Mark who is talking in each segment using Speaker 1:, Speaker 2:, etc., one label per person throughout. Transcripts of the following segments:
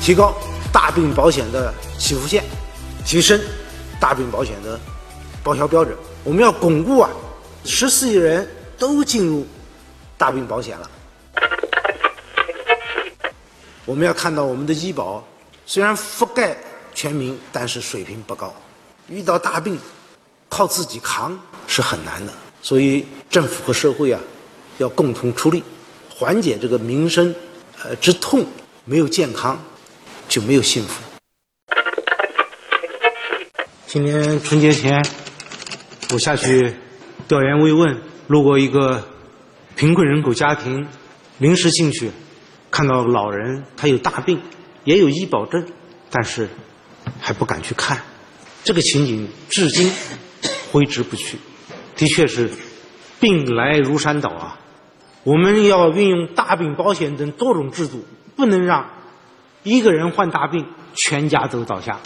Speaker 1: 提高大病保险的起付线，提升大病保险的报销标准。我们要巩固啊，十四亿人都进入大病保险了。我们要看到我们的医保虽然覆盖全民，但是水平不高。遇到大病，靠自己扛是很难的，所以政府和社会啊，要共同出力，缓解这个民生呃之痛。没有健康，就没有幸福。今年春节前，我下去调研慰问，路过一个贫困人口家庭，临时进去，看到老人他有大病，也有医保证，但是还不敢去看。这个情景至今挥之不去，的确是病来如山倒啊！我们要运用大病保险等多种制度，不能让一个人患大病，全家都倒下。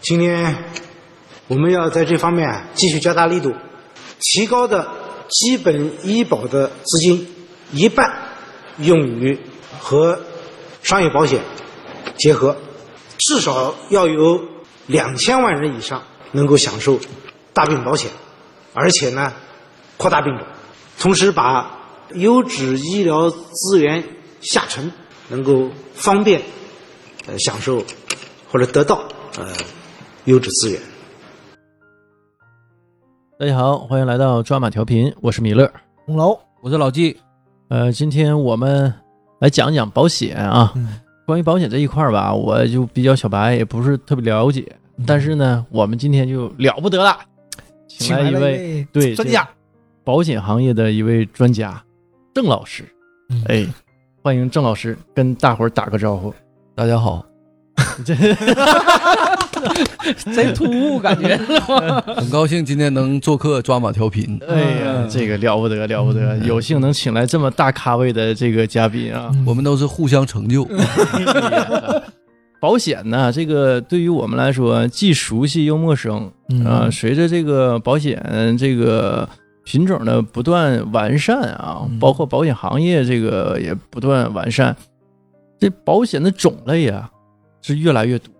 Speaker 1: 今天我们要在这方面继续加大力度，提高的基本医保的资金一半用于和商业保险结合，至少要有两千万人以上能够享受大病保险，而且呢。扩大病种，同时把优质医疗资源下沉，能够方便呃享受或者得到呃优质资源。
Speaker 2: 大家好，欢迎来到抓马调频，我是米勒，
Speaker 3: 红楼，
Speaker 4: 我是老纪。
Speaker 2: 呃，今天我们来讲讲保险啊，
Speaker 3: 嗯
Speaker 2: 关于保险这一块儿吧，我就比较小白，也不是特别了解，但是呢，我们今天就了不得了，请来一位
Speaker 3: 位
Speaker 2: 对
Speaker 3: 专家，
Speaker 2: 保险行业的一位专家，郑老师。
Speaker 3: 嗯
Speaker 2: 哎，欢迎郑老师跟大伙儿打个招呼。
Speaker 4: 大家好，
Speaker 3: 贼突兀感觉。
Speaker 4: 很高兴今天能做客抓马调频。
Speaker 2: 哎呀，这个了不得了不得，有幸能请来这么大咖位的这个嘉宾啊！
Speaker 4: 我们都是互相成
Speaker 3: 嗯
Speaker 4: 就，
Speaker 2: 保险呢，这个对于我们来说既熟悉又陌生啊。
Speaker 3: 嗯
Speaker 2: 随着这个保险这个品种的不断完善啊，
Speaker 3: 嗯
Speaker 2: 包括保险行业这个也不断完善，这保险的种类啊是越来越多。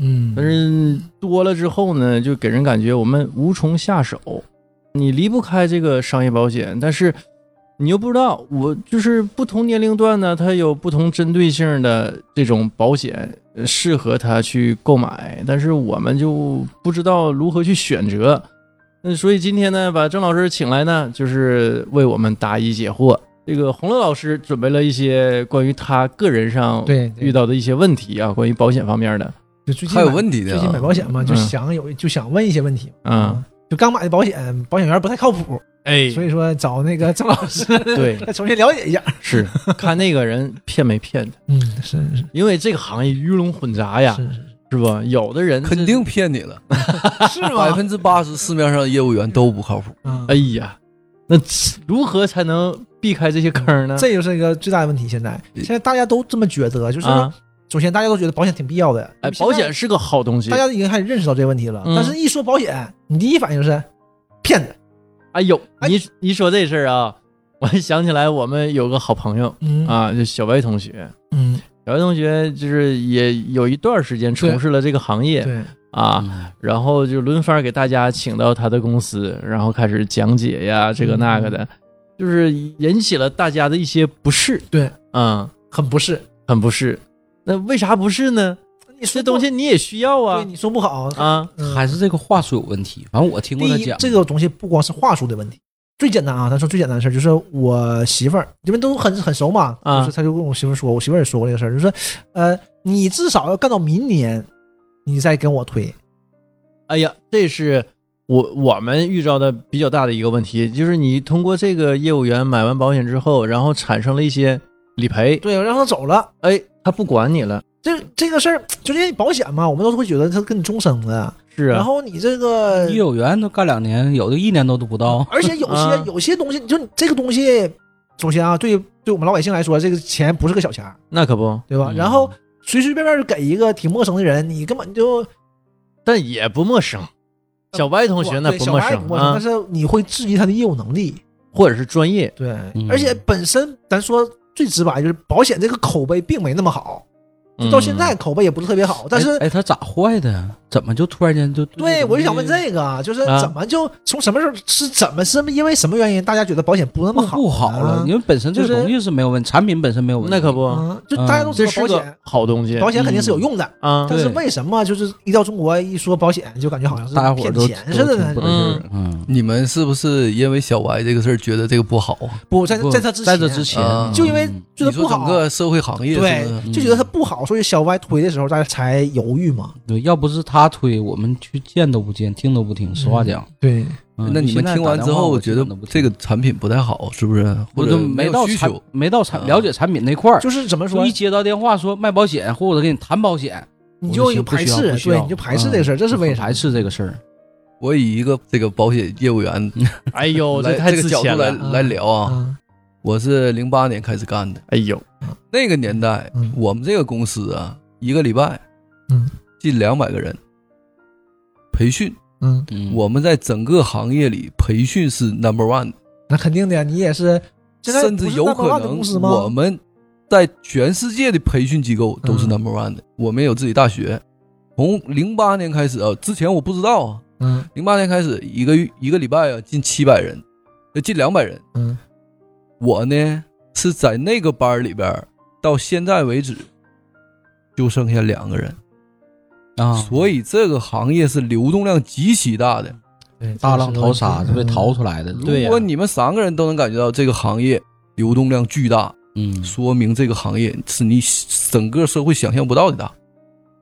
Speaker 3: 嗯，
Speaker 2: 但是多了之后呢，就给人感觉我们无从下手。你离不开这个商业保险，但是你又不知道，我就是不同年龄段呢，它有不同针对性的这种保险呃适合他去购买，但是我们就不知道如何去选择。那所以今天呢，把郑老师请来呢，就是为我们答疑解惑。这个洪乐老师准备了一些关于他个人上
Speaker 3: 对对
Speaker 2: 遇到的一些问题啊，关于保险方面的，
Speaker 3: 就最近
Speaker 4: 还有
Speaker 3: 买
Speaker 4: 问题
Speaker 3: 最近买
Speaker 4: 呢。
Speaker 3: 保险嘛，就
Speaker 2: 嗯
Speaker 3: 想有就想问一些问题
Speaker 2: 嗯，
Speaker 3: 就刚买的保险，保险员不太靠谱，
Speaker 2: 哎
Speaker 3: 所以说找那个郑老师
Speaker 2: 对，
Speaker 3: 再重新了解一下。
Speaker 2: 是看那个人骗没骗他，
Speaker 3: 嗯，是是是
Speaker 2: 因为这个行业鱼龙混杂呀，
Speaker 3: 是
Speaker 2: 是吧？有的人
Speaker 4: 肯定骗你了，
Speaker 3: 是
Speaker 4: 百
Speaker 3: 吗？
Speaker 4: 分之八十市面上业务员都不靠谱。
Speaker 3: 啊
Speaker 2: 哎呀，那如何才能避开这些坑呢？
Speaker 3: 这就是一个最大的问题。现在
Speaker 4: 嗯
Speaker 3: 现在大家都这么觉得，就是
Speaker 2: 啊，
Speaker 3: 首先大家都觉得保险挺必要的。
Speaker 2: 哎，保险是个好东西
Speaker 3: 大。家已经开始认识到这个问题了，
Speaker 2: 嗯
Speaker 3: 但是一说保险，你第一反应是骗子。
Speaker 2: 哎呦，
Speaker 3: 哎
Speaker 2: 你你说这事儿啊，我还想起来我们有个好朋友
Speaker 3: 嗯，
Speaker 2: 啊，就小白同学。
Speaker 3: 嗯，
Speaker 2: 小白同学就是也有一段时间从事了这个行业
Speaker 3: 对，
Speaker 2: 啊，然后就轮番给大家请到他的公司，然后开始讲解呀，这个那个
Speaker 3: 嗯
Speaker 2: 的，就是引起了大家的一些不适。
Speaker 3: 对，
Speaker 2: 嗯，
Speaker 3: 很不是。
Speaker 2: 很不适。那为啥不适呢？
Speaker 3: 你说
Speaker 2: 这东西你也需要
Speaker 3: 不
Speaker 2: 啊
Speaker 3: 对你说不好，
Speaker 2: 啊！
Speaker 3: 嗯
Speaker 5: 还是这个话术有问题。反正我听
Speaker 3: 第
Speaker 5: 过他
Speaker 3: 一，
Speaker 5: 讲，
Speaker 3: 这个东西不光是话术的问题。最简单啊，咱说最简单的事儿就是我媳妇儿，因为都很很熟嘛，
Speaker 2: 啊
Speaker 3: 就是他就跟我媳妇儿说，我媳妇儿也说过这个事儿，就说，呃，你至少要干到明年，你再跟我推，
Speaker 2: 哎呀，这是我我们遇到的比较大的一个问题，就是你通过这个业务员买完保险之后，然后产生了一些理赔，
Speaker 3: 对，让他走了。
Speaker 2: 哎，他不管你了，
Speaker 3: 这这个事儿，就是因为保险嘛，我们都是会觉得它跟你终生的。
Speaker 2: 是
Speaker 3: 然
Speaker 2: 啊，
Speaker 3: 后你这个
Speaker 5: 业务员都干两年，有的一年都都不到。
Speaker 3: 而且有些、
Speaker 2: 啊
Speaker 3: 有些东西，就你这个东西，首先啊，对对我们老百姓来说，这个钱不是个小钱儿，
Speaker 2: 那可不，
Speaker 3: 对吧？
Speaker 5: 嗯
Speaker 3: 然后随随便便就给一个挺陌生的人，你根本就
Speaker 2: 但也不陌生。小白同学呢
Speaker 3: 对
Speaker 2: 不
Speaker 3: 小
Speaker 2: 陌
Speaker 3: 白也
Speaker 2: 生
Speaker 3: 呃不陌生，
Speaker 2: 啊
Speaker 3: 但，是你会质疑他的业务能力，
Speaker 2: 或者是专业，
Speaker 3: 对，
Speaker 5: 嗯
Speaker 3: 而且本身咱说最直白就是保险这个口碑并没那么好，
Speaker 2: 嗯
Speaker 3: 到现在口碑也不是特别好。但是
Speaker 5: 嗯哎，哎他咋坏的呀？怎么就突然间就
Speaker 3: 对，我就想问这个啊，就是
Speaker 5: 啊
Speaker 3: 怎么就从什么时候是怎么是因为什么原因，大家觉得保险不那
Speaker 5: 不
Speaker 3: 么好
Speaker 5: 嗯不好了？
Speaker 3: 呢？
Speaker 5: 因为本身这
Speaker 3: 就
Speaker 5: 个
Speaker 3: 是
Speaker 5: 东西是没有问题，产品本身没有问题。
Speaker 2: 那可不，
Speaker 3: 嗯，就大家都知
Speaker 2: 这
Speaker 3: 道保
Speaker 2: 是个
Speaker 3: 险，
Speaker 2: 好东西
Speaker 3: 保险肯定是有用的，
Speaker 2: 啊
Speaker 3: 但是
Speaker 5: 嗯对
Speaker 3: 为什么就是一到中国一说保险，就感觉好像是
Speaker 5: 大家伙儿
Speaker 3: 骗
Speaker 5: 都
Speaker 3: 钱似的
Speaker 5: 都挺不
Speaker 3: 呢？
Speaker 5: 得劲儿嗯，
Speaker 4: 你们是不是因为小歪这个事儿觉得这个不好啊？
Speaker 3: 不，在
Speaker 5: 不
Speaker 3: 在他之
Speaker 5: 在这之前嗯
Speaker 4: 啊
Speaker 3: 就因为觉
Speaker 4: 你
Speaker 3: 得
Speaker 4: 说
Speaker 3: 不
Speaker 4: 整
Speaker 3: 好，
Speaker 4: 个社会行业
Speaker 3: 对
Speaker 4: 是不是，
Speaker 3: 就觉得他不好，所以小歪推的时候大家才犹豫嘛。
Speaker 5: 对，要不是他推，我们去见都不见，听都不听。实话讲，
Speaker 3: 对，
Speaker 5: 嗯
Speaker 4: 那你们听完之后，我觉得这个产品不太好，是不是？
Speaker 5: 我
Speaker 4: 或
Speaker 5: 都
Speaker 4: 者
Speaker 5: 没
Speaker 4: 有
Speaker 5: 到
Speaker 4: 需
Speaker 5: 产
Speaker 4: 求，
Speaker 5: 没到产
Speaker 4: 嗯
Speaker 5: 了解产品那块儿，
Speaker 3: 啊就是怎么
Speaker 5: 就
Speaker 3: 说
Speaker 5: 一，接到电话说卖保险或者给你谈保险，
Speaker 3: 你
Speaker 5: 我
Speaker 3: 就
Speaker 5: 就
Speaker 3: 有
Speaker 5: 行
Speaker 3: 排
Speaker 5: 不需要
Speaker 3: 斥，
Speaker 5: 不需
Speaker 3: 对，
Speaker 5: 要
Speaker 3: 你嗯就排斥这个事儿，这是
Speaker 5: 我
Speaker 3: 为啥？
Speaker 5: 排斥这个事儿。
Speaker 4: 我以一个这个保险业务员
Speaker 2: 哎呦，
Speaker 4: 来
Speaker 2: 太
Speaker 4: 这
Speaker 2: 自
Speaker 4: 个角
Speaker 2: 谦
Speaker 4: 度来
Speaker 2: 了，
Speaker 3: 嗯
Speaker 4: 来聊啊，
Speaker 3: 啊，
Speaker 4: 我是零八年开始干的，
Speaker 2: 哎呦，
Speaker 4: 那个年代
Speaker 3: 嗯
Speaker 4: 我们这个公司啊，一个礼拜
Speaker 3: 嗯
Speaker 4: 近两百个人培训，
Speaker 3: 嗯，
Speaker 5: 嗯
Speaker 4: 我们在整个行业里培训是 number one，
Speaker 3: 那肯定的呀，你也是，现在
Speaker 4: 甚至
Speaker 3: 不是
Speaker 4: 有
Speaker 3: number
Speaker 4: 可
Speaker 3: one 的
Speaker 4: 能
Speaker 3: 公司吗？
Speaker 4: 我们在全世界的培训机构都是
Speaker 3: 嗯
Speaker 4: number one 的。我们也有自己大学，从零八年开始啊，之前我不知道啊，
Speaker 3: 嗯
Speaker 4: 零八年开始一个一个礼拜啊，近七百人，呃，近两百人。
Speaker 3: 嗯
Speaker 4: 我呢是在那个班儿里边儿，到现在为止就剩下两个人，
Speaker 5: 啊，
Speaker 4: 所以这个行业是流动量极其大的。
Speaker 3: 对，
Speaker 5: 大浪淘沙
Speaker 3: 这个
Speaker 5: 是被
Speaker 3: 问题
Speaker 5: 淘出来的。
Speaker 4: 如果你们三个人都能感觉到这个行业流动量巨大，
Speaker 5: 嗯，
Speaker 4: 说明这个行业是你整个社会想象不到的大。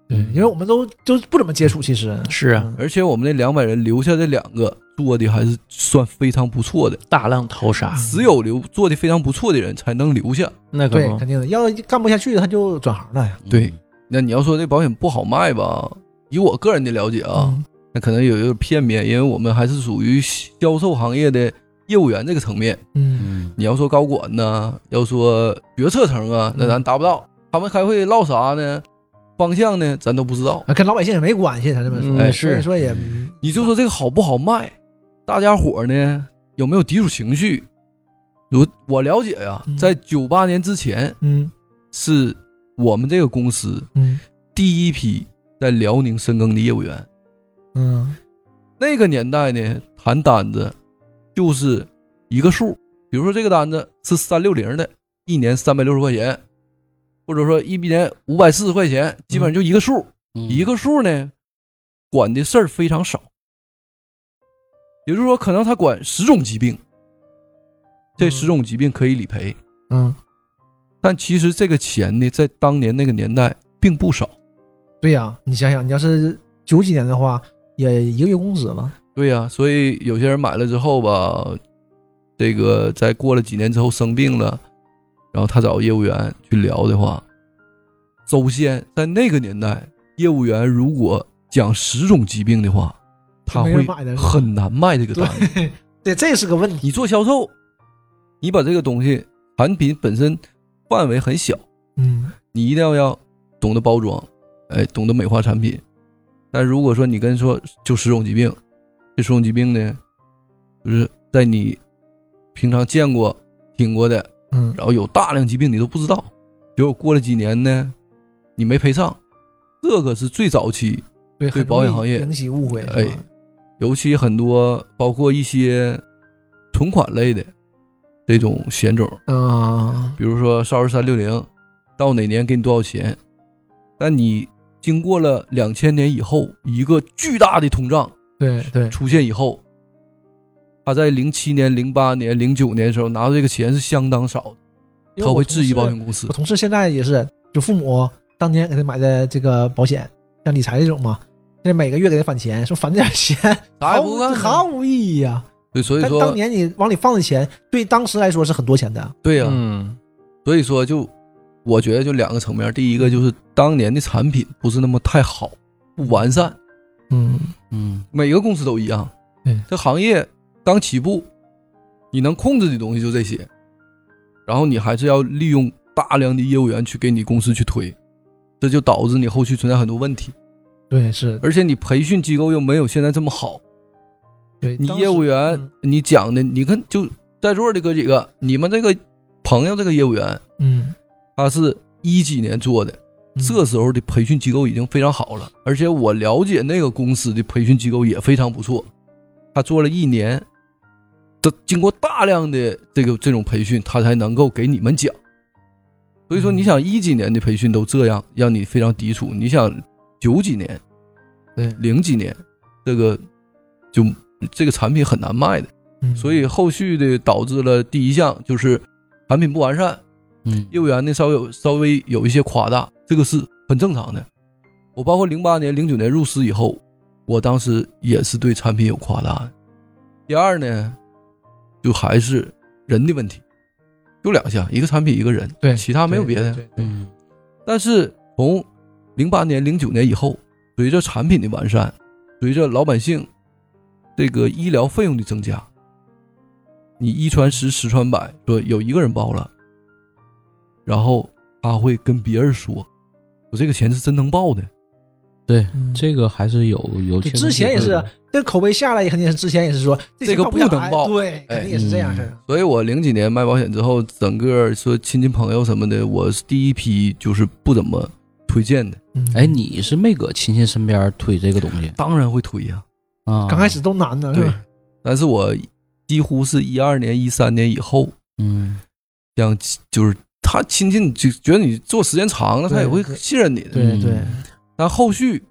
Speaker 3: 对，因为我们都都不怎么接触，其实
Speaker 2: 是啊，
Speaker 3: 嗯
Speaker 4: 而且我们那两百人留下这两个做的还是算非常不错的，
Speaker 2: 大浪淘沙，
Speaker 4: 只有留做的非常不错的人才能留下。
Speaker 2: 那可
Speaker 3: 对，
Speaker 2: 不
Speaker 3: 肯，定的，要干不下去他就转行了呀。
Speaker 5: 嗯
Speaker 4: 对那你要说这保险不好卖吧，以我个人的了解啊，
Speaker 3: 嗯，
Speaker 4: 那可能有有点片面，因为我们还是属于销售行业的业务员这个层面。
Speaker 3: 嗯，
Speaker 5: 嗯，
Speaker 4: 你要说高管呢，要说决策层啊，那咱达不到。他们开会唠啥呢？方向呢，咱都不知道。
Speaker 3: 啊跟老百姓也没关系，咱这么说，
Speaker 2: 嗯
Speaker 3: 所以
Speaker 2: 是
Speaker 3: 说也
Speaker 4: 你就说这个好不好卖，大家伙儿呢有没有抵触情绪？我我了解呀、
Speaker 3: 嗯
Speaker 4: 在九八年之前，
Speaker 3: 嗯
Speaker 4: 是我们这个公司
Speaker 3: 嗯
Speaker 4: 第一批在辽宁深耕的业务员。
Speaker 3: 嗯
Speaker 4: 那个年代呢，谈单子就是一个数，比如说这个单子是三六零的，一年三百六十块钱，或者说一年五百四十块钱，基本上就一个数。一个数呢，管的事儿非常少，也就是说，可能他管十种疾病，这
Speaker 3: 嗯
Speaker 4: 十种疾病可以理赔，
Speaker 3: 嗯，
Speaker 4: 但其实这个钱呢，在当年那个年代并不少。
Speaker 3: 对呀，你想想，你要是九几年的话，也一个月工资了，
Speaker 4: 对呀、所以有些人买了之后吧，这个在过了几年之后生病了，然后他找业务员去聊的话，首先在那个年代，业务员如果讲十种疾病的话，他
Speaker 3: 没人
Speaker 4: 会
Speaker 3: 买的，
Speaker 4: 很难卖这个单子。
Speaker 3: 对对，这是个问题，
Speaker 4: 你做销售，你把这个东西产品本身范围很小，
Speaker 3: 嗯
Speaker 4: 你一定要要懂得包装，哎，懂得美化产品。但如果说你跟说就十种疾病，这十种疾病呢，就是在你平常见过、听过的，
Speaker 3: 嗯
Speaker 4: 然后有大量疾病你都不知道，结果过了几年呢，你没赔上，这个是最早期
Speaker 3: 对，
Speaker 4: 对
Speaker 3: 很
Speaker 4: 保险
Speaker 3: 容易
Speaker 4: 行业
Speaker 3: 引起误会，
Speaker 4: 哎
Speaker 3: 是吧
Speaker 4: 尤其很多包括一些存款类的这种险种，
Speaker 3: 啊，
Speaker 4: 比如说少儿三六零，到哪年给你多少钱？但你经过了两千年以后，一个巨大的通胀
Speaker 3: 对对，
Speaker 4: 出现以后，他在零七年、零八年、零九年的时候拿到这个钱是相当少的，
Speaker 3: 因为
Speaker 4: 他
Speaker 3: 我
Speaker 4: 会
Speaker 3: 同
Speaker 4: 质疑
Speaker 3: 事
Speaker 4: 保险公司
Speaker 3: 我。同事现在也是，就父母当年给他买的这个保险，像理财这种嘛，那每个月给他返钱，说返点钱，
Speaker 4: 啥
Speaker 3: 毫
Speaker 4: 也不
Speaker 3: 无
Speaker 4: 干呢啊
Speaker 3: 毫无意义呀、
Speaker 4: 对，所以
Speaker 3: 但当
Speaker 4: 说，
Speaker 3: 年你往里放的钱，对当时来说是很多钱的。
Speaker 4: 对呀、啊
Speaker 2: 嗯，
Speaker 4: 所以说就我觉得就两个层面，第一个就是当年的产品不是那么太好，不完善。
Speaker 3: 嗯
Speaker 5: 嗯
Speaker 4: 每个公司都一样。
Speaker 3: 对
Speaker 4: 这行业刚起步，你能控制的东西就这些，然后你还是要利用大量的业务员去给你公司去推，这就导致你后续存在很多问题。
Speaker 3: 对，是
Speaker 4: 而且你培训机构又没有现在这么好，
Speaker 3: 对
Speaker 4: 你业务员、
Speaker 3: 嗯
Speaker 4: 你讲的，你看就在座的哥几个，你们这个朋友这个业务员，
Speaker 3: 嗯，
Speaker 4: 他是一几年做的，
Speaker 3: 嗯
Speaker 4: 这时候的培训机构已经非常好了，而且我了解那个公司的培训机构也非常不错。他做了一年，这经过大量的这个这种培训，他才能够给你们讲。所以说，
Speaker 3: 嗯
Speaker 4: 你想一几年的培训都这样，让你非常抵触。你想九几年、
Speaker 2: 对，
Speaker 4: 零几年，这个就这个产品很难卖的。
Speaker 3: 嗯
Speaker 4: 所以后续的导致了第一项就是产品不完善，
Speaker 5: 嗯，
Speaker 4: 业务员呢稍微有稍微有一些夸大，这个是很正常的。我包括零八年、零九年入司以后，我当时也是对产品有夸大的。第二呢，就还是人的问题，就两项，一个产品，一个人，
Speaker 3: 对
Speaker 4: 其他没有别的。
Speaker 3: 对对对
Speaker 5: 嗯
Speaker 4: 但是从零八年、零九年以后，随着产品的完善，随着老百姓这个医疗费用的增加，你一传十，十传百，说有一个人报了，然后他会跟别人说：“我这个钱是真能报的。
Speaker 5: 对，
Speaker 3: 嗯
Speaker 5: 这个还是有有
Speaker 3: 对
Speaker 5: 确
Speaker 3: 之前也
Speaker 5: 实
Speaker 3: 是
Speaker 5: 的
Speaker 3: 这口碑下来，也肯定是之前也是说
Speaker 4: 这个
Speaker 3: 不
Speaker 4: 不能报
Speaker 3: 对，
Speaker 4: 哎
Speaker 3: 肯定也是这样式
Speaker 5: 嗯
Speaker 3: 儿。”
Speaker 4: 所以，我零几年卖保险之后，整个说亲戚朋友什么的，我是第一批就是不怎么推荐的。
Speaker 3: 嗯
Speaker 5: 哎，你是没搁亲戚身边推这个东西
Speaker 4: 当然会推呀、
Speaker 5: 啊？
Speaker 3: 刚开始，都难呢，是
Speaker 4: 对
Speaker 3: 吧？。
Speaker 4: 但是我几乎是一二年、一三年以后，
Speaker 5: 嗯，
Speaker 4: 像亲就是他亲近就觉得你做时间长了，
Speaker 3: 对
Speaker 4: 他也会
Speaker 3: 对
Speaker 4: 信任你的。
Speaker 3: 对
Speaker 5: 嗯
Speaker 3: 对，
Speaker 4: 但后续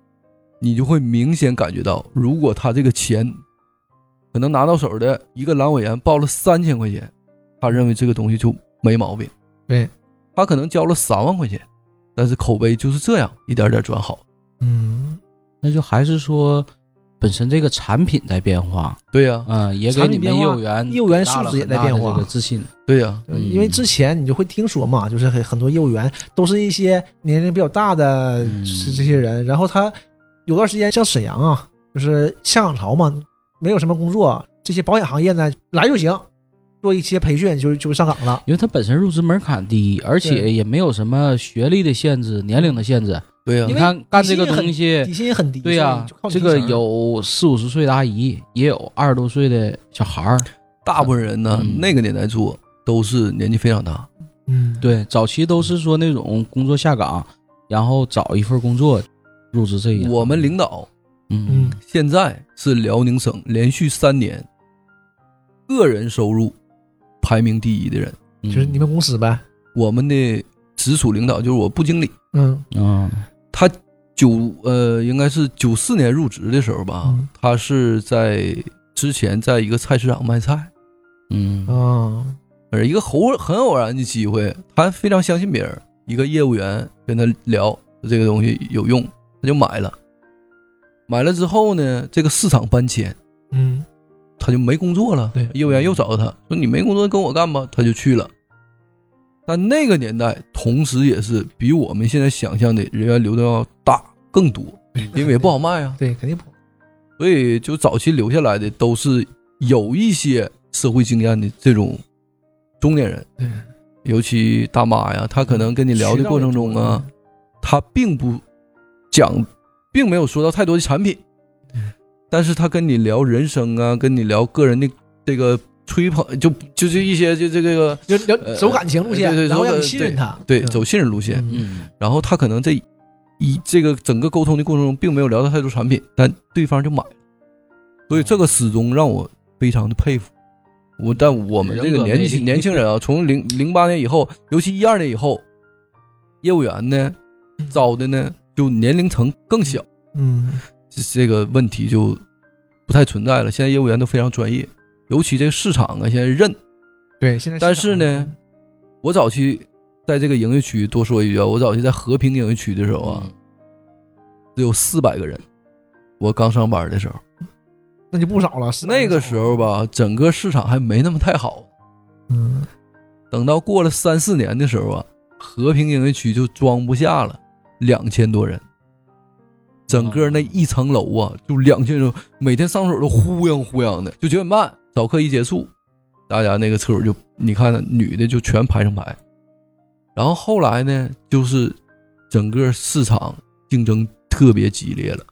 Speaker 4: 你就会明显感觉到，如果他这个钱可能拿到手的一个阑尾炎报了三千块钱，他认为这个东西就没毛病。
Speaker 3: 对，
Speaker 4: 他可能交了三万块钱，但是口碑就是这样一点点转好。
Speaker 3: 嗯，
Speaker 5: 那就还是说本身这个产品在变化，
Speaker 4: 对呀、
Speaker 5: 嗯，也给
Speaker 3: 产
Speaker 5: 你
Speaker 3: 品
Speaker 5: 们业
Speaker 3: 变化
Speaker 5: 务员
Speaker 3: 业务员
Speaker 5: 大了
Speaker 3: 素质也
Speaker 5: 很
Speaker 3: 在
Speaker 5: 大的
Speaker 3: 变化
Speaker 5: 这个自信，
Speaker 4: 对呀、
Speaker 3: 对
Speaker 5: 嗯
Speaker 3: 因为之前你就会听说嘛，就是很很多业务员都是一些年龄比较大的
Speaker 5: 嗯
Speaker 3: 是这些人，然后他有段时间像沈阳啊，就是下岗潮嘛，没有什么工作，这些保险行业呢来就行，做一些培训就就上岗了。
Speaker 5: 因为它本身入职门槛低，而且
Speaker 3: 对
Speaker 5: 也没有什么学历的限制、年龄的限制。
Speaker 4: 对呀、
Speaker 5: 你
Speaker 3: 因为
Speaker 5: 看干这个
Speaker 3: 底薪也很
Speaker 5: 东
Speaker 3: 底
Speaker 5: 西，
Speaker 3: 薪也很低，
Speaker 5: 对
Speaker 3: 呀、
Speaker 5: 呀
Speaker 3: 就靠，你
Speaker 5: 这个
Speaker 3: 提成
Speaker 5: 有四五十岁的阿姨，也有二十多岁的小孩儿。
Speaker 4: 大部分人呢、
Speaker 5: 嗯
Speaker 4: 那个年代做都是年纪非常大。
Speaker 3: 嗯，
Speaker 5: 对，早期都是说那种工作下岗，然后找一份工作入职这一行。
Speaker 4: 我们领导
Speaker 5: 嗯
Speaker 3: 嗯，
Speaker 4: 现在是辽宁省连续三年个人收入排名第一的人。
Speaker 5: 嗯，
Speaker 3: 就是你们公司呗，
Speaker 4: 我们的直属领导就是我部经理，
Speaker 3: 嗯
Speaker 5: 啊，
Speaker 4: 他九呃应该是九四年入职的时候吧，
Speaker 3: 嗯
Speaker 4: 他是在之前在一个菜市场卖菜，
Speaker 5: 嗯
Speaker 3: 啊，
Speaker 4: 而一个偶很偶然的机会，他非常相信别人，一个业务员跟他聊这个东西有用，他就买了。买了之后呢，这个市场搬迁。
Speaker 3: 嗯
Speaker 4: 他就没工作了。
Speaker 3: 对
Speaker 4: 业务员又找他说：“你没工作跟我干吧。”他就去了。但那个年代，同时也是比我们现在想象的人员流动要大更多，因为也不好卖 啊。
Speaker 3: 对，肯定不，
Speaker 4: 所以就早期留下来的都是有一些社会经验的这种中年人，
Speaker 3: 对，
Speaker 4: 尤其大妈呀，她可能跟你聊的过程中啊，她并不讲，并没有说到太多的产品，
Speaker 5: 嗯
Speaker 4: 但是她跟你聊人生啊，跟你聊个人的这个吹捧，就就是一些就这个
Speaker 3: 渠道也多，就聊
Speaker 4: 呃
Speaker 3: 走感情路线，
Speaker 4: 对对
Speaker 3: 然后
Speaker 4: 走
Speaker 3: 让你
Speaker 4: 感
Speaker 3: 信任
Speaker 4: 对
Speaker 3: 他，
Speaker 4: 对
Speaker 3: 嗯
Speaker 4: 走信任路线，
Speaker 3: 嗯
Speaker 5: 嗯
Speaker 4: 然后她可能这一这个整个沟通的过程中，并没有聊到太多产品，但对方就买了，所以这个始终让我非常的佩服。我但我们这
Speaker 5: 人
Speaker 4: 个
Speaker 5: 格
Speaker 4: 年
Speaker 5: 魅
Speaker 4: 纪
Speaker 5: 力
Speaker 4: 年轻 人啊，从零零八年以后，尤其一二年以后，业务员呢
Speaker 5: 嗯
Speaker 4: 招的呢就年龄层更小，
Speaker 3: 嗯
Speaker 4: 这这个问题就不太存在了。现在业务员都非常专业，尤其这个市场啊，现在认。
Speaker 3: 对，现在
Speaker 4: 但
Speaker 3: 市
Speaker 4: 是
Speaker 3: 场嗯
Speaker 4: 呢，我早期在这个营业区多说一句啊，我早期在和平营业区的时候啊，只有四百个人。我刚上班的时候，
Speaker 3: 那就不少了，是
Speaker 4: 那个时候，吧，整个市场还没那么太好。
Speaker 3: 嗯，
Speaker 4: 等到过了三四年的时候啊，和平营业区就装不下了，两千多人，整个那一层楼啊，就两千人，每天上手都呼泱呼泱的。就九点半早课一结束，大家那个厕所就你看那女的就全排成排。然后后来呢，就是整个市场竞争特别激烈了。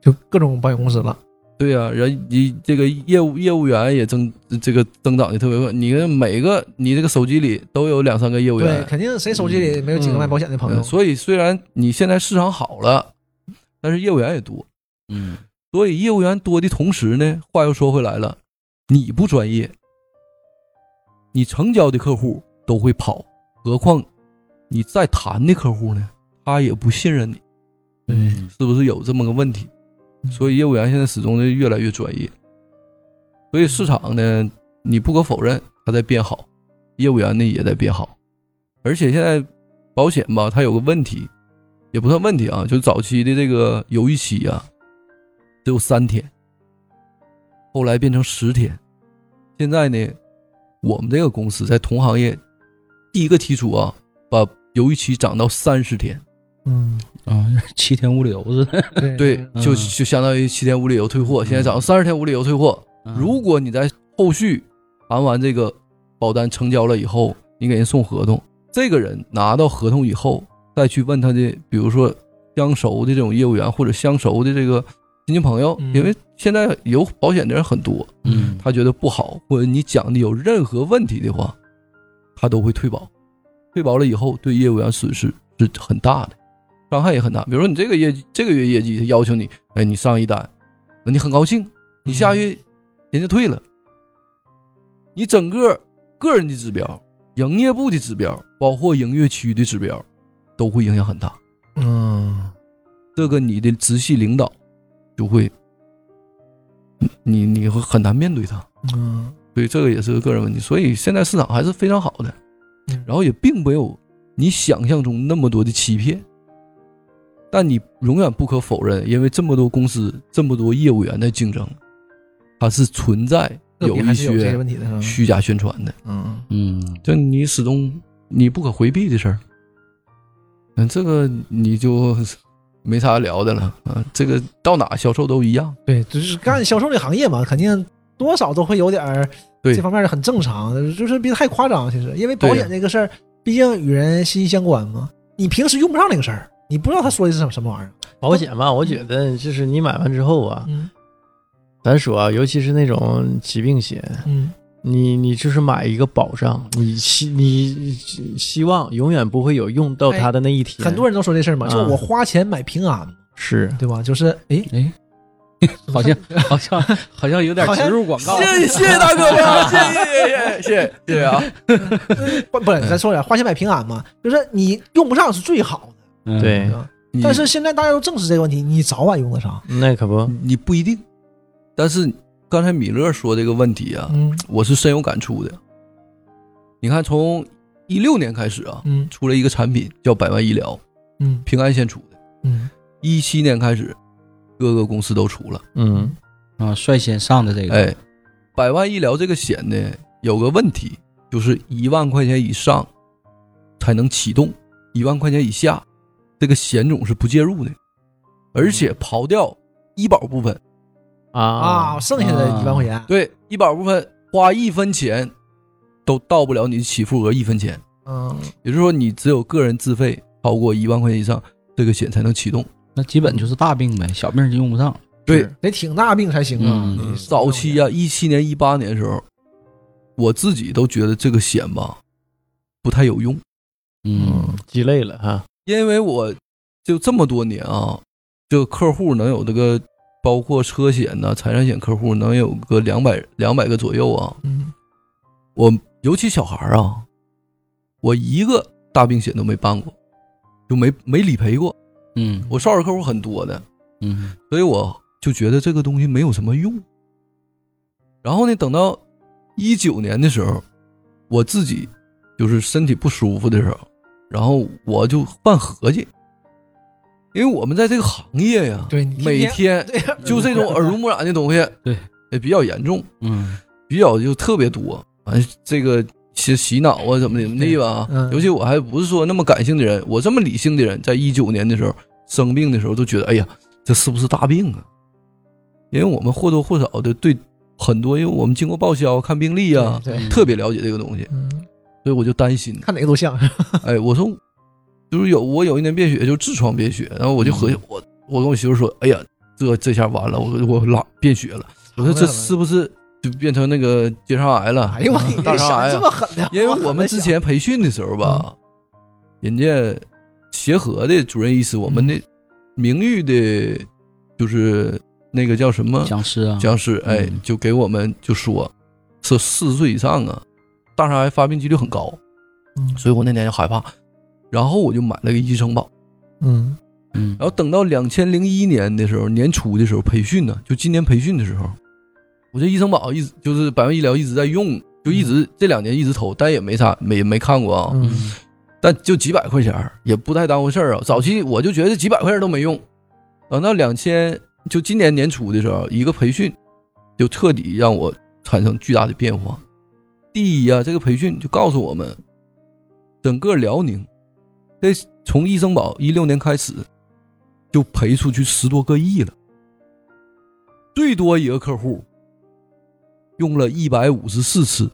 Speaker 3: 就各种保险公司了，
Speaker 4: 对呀、人你这个业务业务员也增这个增长的特别快，你看每个你这个手机里都有两三个业务
Speaker 3: 对，
Speaker 4: 员，
Speaker 3: 肯定谁手机里没有几个卖保险的朋友
Speaker 4: 嗯？所以虽然你现在市场好了，但是业务员也多，
Speaker 5: 嗯，
Speaker 4: 所以业务员多的同时呢，话又说回来了，你不专业，你成交的客户都会跑，何况你再谈的客户呢，他也不信任你，
Speaker 5: 嗯
Speaker 4: 是不是有这么个问题？所以业务员现在始终的越来越专业，所以市场呢，你不可否认它在变好，业务员呢也在变好，而且现在保险吧，它有个问题，也不算问题啊，就是早期的这个犹豫期啊，只有三天，后来变成十天，现在呢，我们这个公司在同行业第一个提出啊，把犹豫期涨到三十天。
Speaker 3: 嗯，
Speaker 5: 啊，七天无理由似的。
Speaker 3: 对
Speaker 4: 对，就
Speaker 5: 嗯
Speaker 4: 就相当于七天无理由退货，现在涨到三十天无理由退货。
Speaker 5: 嗯
Speaker 4: 如果你在后续谈完这个保单成交了以后，你给人送合同，这个人拿到合同以后，再去问他的，比如说相熟的这种业务员或者相熟的这个亲戚朋友，
Speaker 3: 嗯
Speaker 4: 因为现在有保险的人很多，
Speaker 5: 嗯，
Speaker 4: 他觉得不好，或者你讲的有任何问题的话，他都会退保。退保了以后，对业务员损失是很大的，伤害也很大。比如说你这个业绩，这个月业绩，他要求你，哎，你上一单，你很高兴，你下月人家退了，你整个个人的指标、营业部的指标，包括营业区的指标，都会影响很大。
Speaker 3: 嗯，
Speaker 4: 这个你的直系领导就会，你你你会很难面对他。
Speaker 3: 嗯
Speaker 4: 所以这个也是个个人问题。所以现在市场还是非常好的
Speaker 3: 嗯，
Speaker 4: 然后也并没有你想象中那么多的欺骗。但你永远不可否认，因为这么多公司、这么多业务员的竞争，它是存在
Speaker 3: 个
Speaker 4: 有
Speaker 3: 别
Speaker 4: 一
Speaker 3: 还是有这些
Speaker 4: 些
Speaker 3: 问题的，是吧
Speaker 4: 虚假宣传的，
Speaker 3: 嗯，
Speaker 5: 嗯，
Speaker 4: 这你始终你不可回避的事儿。嗯，这个你就没啥聊的了啊。这个到哪销售都一样。
Speaker 3: 对，就是干销售这行业嘛，肯定多少都会有点儿，
Speaker 4: 对
Speaker 3: 这方面是很正常的，就是别太夸张，其实因为保
Speaker 4: 对呀
Speaker 3: 险这个事儿，毕竟与人息息相关嘛，你平时用不上这个事儿，你不知道他说的是什么什么玩意儿，
Speaker 2: 保险吧，我觉得就是你买完之后啊，
Speaker 3: 嗯
Speaker 2: 咱说啊，尤其是那种疾病险，
Speaker 3: 嗯，
Speaker 2: 你你就是买一个保障，你希你希望永远不会有用到它的那一天。
Speaker 3: 哎很多人都说这事儿嘛，
Speaker 2: 嗯
Speaker 3: 就我花钱买平安，
Speaker 2: 是
Speaker 3: 对吧？就是哎，
Speaker 5: 哎， 好像好像好像有点植入广告。
Speaker 4: 谢谢谢谢大哥们，谢谢谢谢谢谢谢谢 啊！
Speaker 3: 不不是，咱说点花钱买平安嘛，就是你用不上是最好的，
Speaker 5: 嗯，
Speaker 2: 对
Speaker 3: 对，吧？但是现在大家都正视这个问题，你早晚用得上，
Speaker 2: 那可不，
Speaker 4: 你不一定。但是刚才米勒说这个问题啊，
Speaker 3: 嗯
Speaker 4: 我是深有感触的。你看，从一六年开始啊，
Speaker 3: 嗯
Speaker 4: 出了一个产品叫百万医疗，
Speaker 3: 嗯
Speaker 4: 平安先出的。
Speaker 3: 嗯，
Speaker 4: 一七年开始，各个公司都出了。
Speaker 2: 嗯
Speaker 5: 啊，率先上的这个，
Speaker 4: 哎，百万医疗这个险呢，有个问题，就是一万块钱以上才能启动，一万块钱以下，这个险种是不介入的，而
Speaker 3: 嗯
Speaker 4: 且刨掉医保部分。
Speaker 2: 啊
Speaker 3: 啊，剩下的一万块钱，
Speaker 4: 对，医保部分花一分钱都到不了你的起付额一分钱，
Speaker 3: 嗯
Speaker 4: 也就是说你只有个人自费超过一万块钱以上，这个险才能启动。
Speaker 5: 那基本就是大病呗，小病就用不上。
Speaker 4: 对
Speaker 2: 是，
Speaker 3: 得挺大病才行啊
Speaker 5: 嗯，
Speaker 3: 你
Speaker 4: 早期呀、1一啊七年、一八年的时候，我自己都觉得这个险吧不太有用，
Speaker 5: 嗯
Speaker 2: 鸡肋了哈。
Speaker 4: 因为我就这么多年啊，就客户能有这个。包括车险呐、财产险，客户能有个两百两百个左右啊。
Speaker 3: 嗯
Speaker 4: 我尤其小孩儿啊，我一个大病险都没办过，就没没理赔过。
Speaker 5: 嗯，
Speaker 4: 我少儿客户很多的，
Speaker 5: 嗯
Speaker 4: 所以我就觉得这个东西没有什么用。然后呢，等到一九年的时候，我自己就是身体不舒服的时候，然后我就犯合计，因为我们在这个行业呀，
Speaker 3: 对，你
Speaker 4: 每天
Speaker 3: 对呀
Speaker 4: 就这种耳濡目染的东西，
Speaker 5: 对，
Speaker 4: 也比较严重，
Speaker 5: 嗯
Speaker 4: 比较就特别多。完这个洗洗脑啊，怎么怎么地吧。
Speaker 3: 嗯
Speaker 4: 尤其我还不是说那么感性的人，我这么理性的人，在一九年的时候生病的时候，都觉得哎呀，这是不是大病啊？因为我们或多或少的对很多，因为我们经过报销、看病历啊，
Speaker 3: 对，
Speaker 5: 嗯
Speaker 4: 特别了解这个东西，
Speaker 3: 嗯，
Speaker 4: 所以我就担心。
Speaker 3: 看哪个都像，
Speaker 4: 哎，我说，
Speaker 3: 嗯
Speaker 4: 就是有我有一年便血，就痔疮便血，然后我就合计，我我跟我媳妇说，哎呀，这这下完了，我我拉便血了。我说这是不是就变成那个结肠癌了？
Speaker 3: 哎呦我
Speaker 4: 大肠
Speaker 3: 想
Speaker 4: 癌
Speaker 3: 这
Speaker 4: 啊！
Speaker 3: 么狠的，嗯
Speaker 4: 因为我们之前培训的时候吧，人家协和的主任医师，我们
Speaker 3: 嗯
Speaker 4: 的名誉的，就是那个叫什么
Speaker 5: 讲师啊，
Speaker 4: 讲师，哎
Speaker 5: 嗯，
Speaker 4: 就给我们就说，说四十岁以上啊，大肠癌发病几率很高，
Speaker 3: 嗯
Speaker 4: 所以我那年就害怕，然后我就买了个医生保，
Speaker 3: 嗯
Speaker 5: 嗯，
Speaker 4: 然后等到两千零一年的时候，年初的时候培训呢，就今年培训的时候，我这医生保一直就是百万医疗一直在用，就一直、这两年一直投，但也没啥没没看过啊，
Speaker 3: 嗯
Speaker 5: 嗯
Speaker 4: 但就几百块钱儿也不太当回事儿啊。早期我就觉得几百块钱都没用，等到两千就今年年初的时候，一个培训就彻底让我产生巨大的变化。第一呀、这个培训就告诉我们，整个辽宁，这从医生保一六年开始，就赔出去十多个亿了，最多一个客户用了一百五十四次。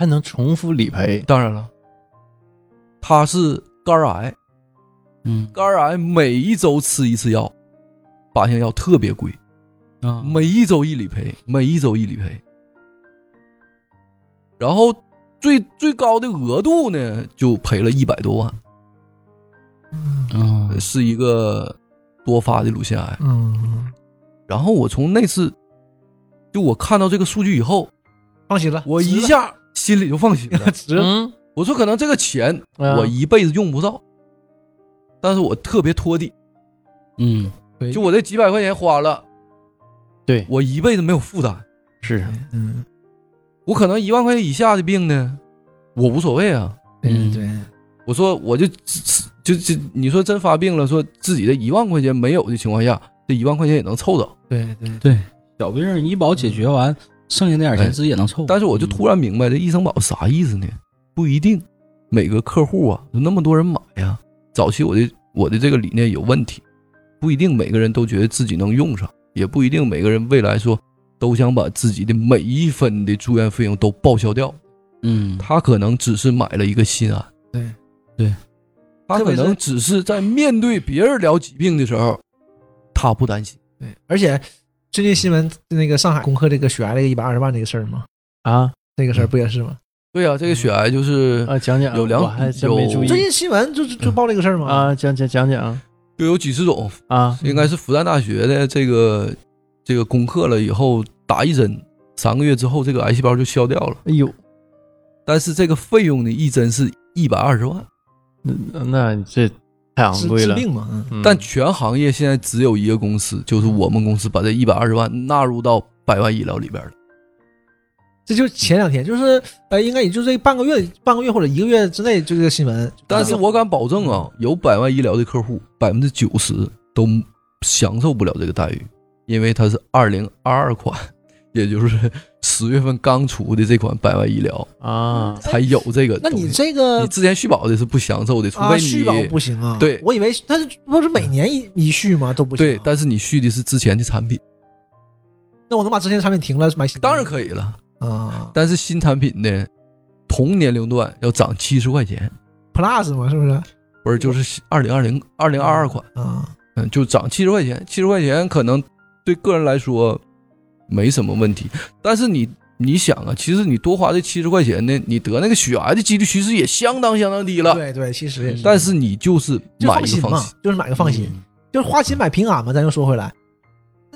Speaker 2: 还能重复理赔，
Speaker 4: 当然了，他是肝癌，
Speaker 5: 嗯
Speaker 4: 肝癌每一周吃一次药，靶向药特别贵，
Speaker 5: 啊，
Speaker 4: 每一周一理赔，每一周一理赔。然后最最高的额度呢，就赔了一百多万，
Speaker 5: 嗯
Speaker 4: 是一个多发的乳腺癌。
Speaker 3: 嗯，
Speaker 4: 然后我从那次，就我看到这个数据以后，
Speaker 3: 放心了，
Speaker 4: 我一
Speaker 3: 值了。
Speaker 4: 下心里就放心 了
Speaker 3: 值了，
Speaker 2: 嗯，
Speaker 4: 我说可能这个钱
Speaker 2: 啊
Speaker 4: 我一辈子用不到，但是我特别托底，
Speaker 5: 嗯，
Speaker 3: 对
Speaker 4: 就我这几百块钱花了，
Speaker 2: 哎对
Speaker 4: 我一辈子没有负担。
Speaker 2: 是
Speaker 3: 嗯，
Speaker 4: 我可能一万块钱以下的病呢，我无所谓啊。
Speaker 3: 对
Speaker 5: 嗯
Speaker 3: 对，
Speaker 4: 我说我就就就你说真发病了，说自己的一万块钱没有的情况下，这一万块钱也能凑着。
Speaker 3: 对对，
Speaker 5: 对，小病儿医保解决完，剩下那点
Speaker 4: 哎
Speaker 5: 钱自己也能凑。嗯
Speaker 4: 但是我就突然明白这医生保啥意思呢？不一定每个客户啊，有那么多人买呀。早期我的我的这个理念有问题，不一定每个人都觉得自己能用上，也不一定每个人未来说都想把自己的每一分的住院费用都报销掉。
Speaker 5: 嗯，嗯，
Speaker 4: 他可能只是买了一个心安，
Speaker 3: 对
Speaker 5: 对，
Speaker 4: 他可能只是在面对别人聊疾病的时候，他不担心。
Speaker 3: 对，而且最近新闻那个上海攻克这个血癌这个一百二十万这个事儿嘛，
Speaker 2: 啊
Speaker 3: 那个事儿
Speaker 4: 嗯
Speaker 3: 不也是吗？
Speaker 4: 对啊呀、这个血癌就是
Speaker 2: 啊，讲讲，
Speaker 4: 有两
Speaker 2: 我还真没注
Speaker 4: 嗯
Speaker 2: 意
Speaker 4: 有
Speaker 3: 最近新闻就就就报这个事儿嘛，
Speaker 2: 啊，讲讲讲讲
Speaker 4: 就有几十种，
Speaker 2: 啊，
Speaker 4: 应该是复旦大学的这个这个攻克了以后打一针，三个月之后这个癌细胞就消掉了，
Speaker 2: 哎呦，
Speaker 4: 但是这个费用呢，一针是一百二十万，
Speaker 2: 那那这太昂
Speaker 3: 治
Speaker 2: 贵
Speaker 3: 治
Speaker 2: 了，
Speaker 3: 病嘛，嗯，
Speaker 2: 嗯
Speaker 4: 但全行业现在只有一个公司，就是我们公司把这一百二十万纳入到百万医疗里边了。
Speaker 3: 这就前两天，就是呃，应该也就这半个月、半个月或者一个月之内，就这个新闻。
Speaker 4: 但是我敢保证啊，有百万医疗的客户，百分之九十都享受不了这个待遇，因为它是二零二二款，也就是十月份刚出的这款百万医疗
Speaker 2: 啊，
Speaker 4: 才有这个
Speaker 3: 哎那
Speaker 4: 东西。
Speaker 3: 你这个
Speaker 4: 你之前续保的是不享受的，除
Speaker 3: 啊
Speaker 4: 非
Speaker 3: 续
Speaker 4: 你、
Speaker 3: 保不行啊？
Speaker 4: 对
Speaker 3: 我以为他是不是每年一一续吗？都不行啊、
Speaker 4: 对，但是你续的是之前的产品，
Speaker 3: 那我能把之前的产品停了买新的？
Speaker 4: 当然可以了。
Speaker 3: 啊
Speaker 4: 但是新产品呢，同年龄段要涨七十块钱，
Speaker 3: ，Plus 嘛，是不是？
Speaker 4: 不是就是二零二零二零二二款，
Speaker 3: 啊，
Speaker 4: 嗯，就涨七十块钱，七十块钱可能对个人来说没什么问题，但是你你想啊，其实你多花这七十块钱呢，你得那个血癌的几率其实也相当相当低了，
Speaker 3: 对对，其实也是，
Speaker 4: 啊但是你就是
Speaker 3: 就
Speaker 4: 买
Speaker 3: 放
Speaker 4: 一个
Speaker 3: 心
Speaker 4: 放
Speaker 3: 嘛
Speaker 4: 心，，嗯
Speaker 3: 就是买个放心，就是花钱买平安嘛。咱又说回来，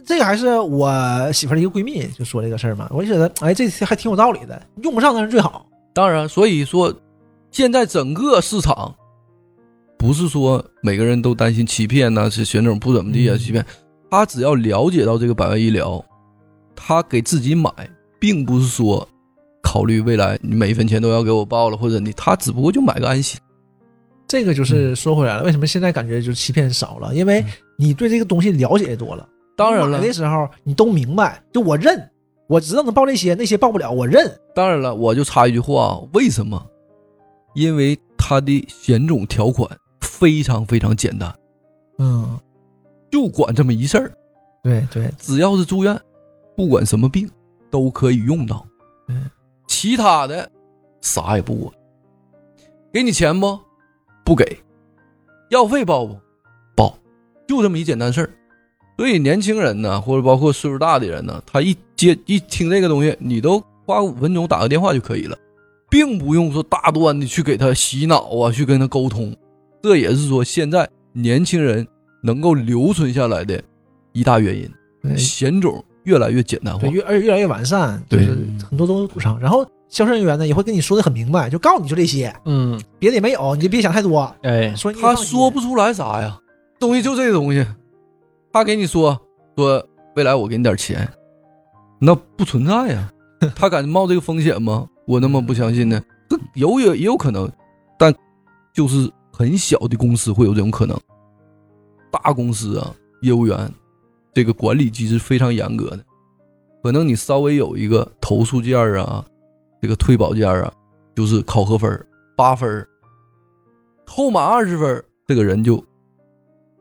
Speaker 3: 这个还是我媳妇儿的一个闺蜜就说这个事儿嘛，我就觉得哎，这还挺有道理的，用不上那是最好。
Speaker 4: 当然，所以说现在整个市场不是说每个人都担心欺骗呐、是选种不怎么地啊，
Speaker 3: 嗯
Speaker 4: 欺骗。他只要了解到这个百万医疗，他给自己买，并不是说考虑未来你每一分钱都要给我报了，或者你他只不过就买个安心。
Speaker 3: 这个
Speaker 4: 嗯
Speaker 3: 就是说回来了，为什么现在感觉就是欺骗少了？因为你对这个东西了解也多了。
Speaker 4: 当然
Speaker 3: 你
Speaker 4: 了
Speaker 3: 买，的时候你都明白，就我认，我知道能报那些，那些报不了，我认。
Speaker 4: 当然了，我就插一句话，为什么？因为它的险种条款非常非常简单，
Speaker 3: 嗯，
Speaker 4: 就管这么一事儿。
Speaker 3: 对对，
Speaker 4: 只要是住院，不管什么病都可以用到。
Speaker 3: 嗯，
Speaker 4: 其他的啥也不管。给你钱不？不给。药费报不？报。就这么一简单事儿。所以年轻人呢，或者包括岁数大的人呢，他一接一听这个东西，你都花五分钟打个电话就可以了，并不用说大段的去给他洗脑啊，去跟他沟通。这也是说现在年轻人能够留存下来的一大原因，
Speaker 3: 对
Speaker 4: 险种越来越简单化
Speaker 3: 对，。越而且越来越完善，就是很多都补上。然后销售人员呢也会跟你说的很明白，就告诉你就这些，
Speaker 2: 嗯，
Speaker 3: 别的也没有，你就别想太多。
Speaker 2: 哎，
Speaker 3: 说你
Speaker 4: 他说不出来啥呀，东西就这东西，他给你说说未来我给你点钱，那不存在呀，他敢冒这个风险吗？我那么不相信呢，这有也也有可能，但就是很小的公司会有这种可能，大公司啊，业务员这个管理机制非常严格的，可能你稍微有一个投诉件儿啊，这个退保件儿啊，就是考核分儿八分儿扣满二十分儿，这个人就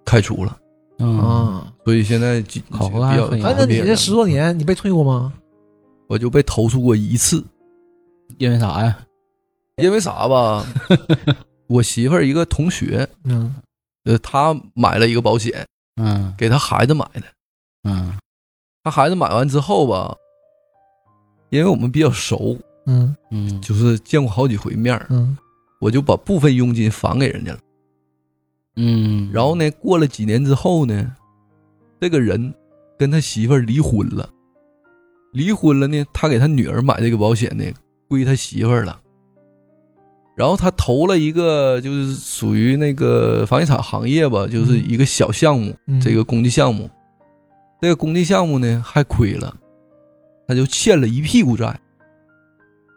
Speaker 4: 开除了。
Speaker 5: 嗯，
Speaker 3: 啊，
Speaker 4: 所以现在几
Speaker 5: 考核
Speaker 4: 比
Speaker 5: 还
Speaker 4: 较
Speaker 5: 很严
Speaker 3: 反
Speaker 5: 格
Speaker 3: 正你这十多，年你被退过吗？
Speaker 4: 我就被投诉过一次，
Speaker 5: 因为啥呀？
Speaker 4: 因为啥 吧？我媳妇儿一个同学，
Speaker 3: 嗯，
Speaker 4: 呃，她买了一个保险，
Speaker 5: 嗯
Speaker 4: 给她孩子买的。
Speaker 5: 嗯
Speaker 4: 她孩子买完之后吧，因为我们比较熟，
Speaker 3: 嗯
Speaker 5: 嗯，
Speaker 4: 就是见过好几回面儿，
Speaker 3: 嗯
Speaker 4: 我就把部分佣金返给人家了。
Speaker 5: 嗯，
Speaker 4: 然后呢，过了几年之后呢，这个人跟他媳妇儿离婚了，离婚了呢，他给他女儿买这个保险呢，归他媳妇儿了。然后他投了一个，就是属于那个房地产行业吧，就是一个小项目，
Speaker 3: 嗯
Speaker 4: 这个公益项目。这个公益项目呢，还亏了，他就欠了一屁股债，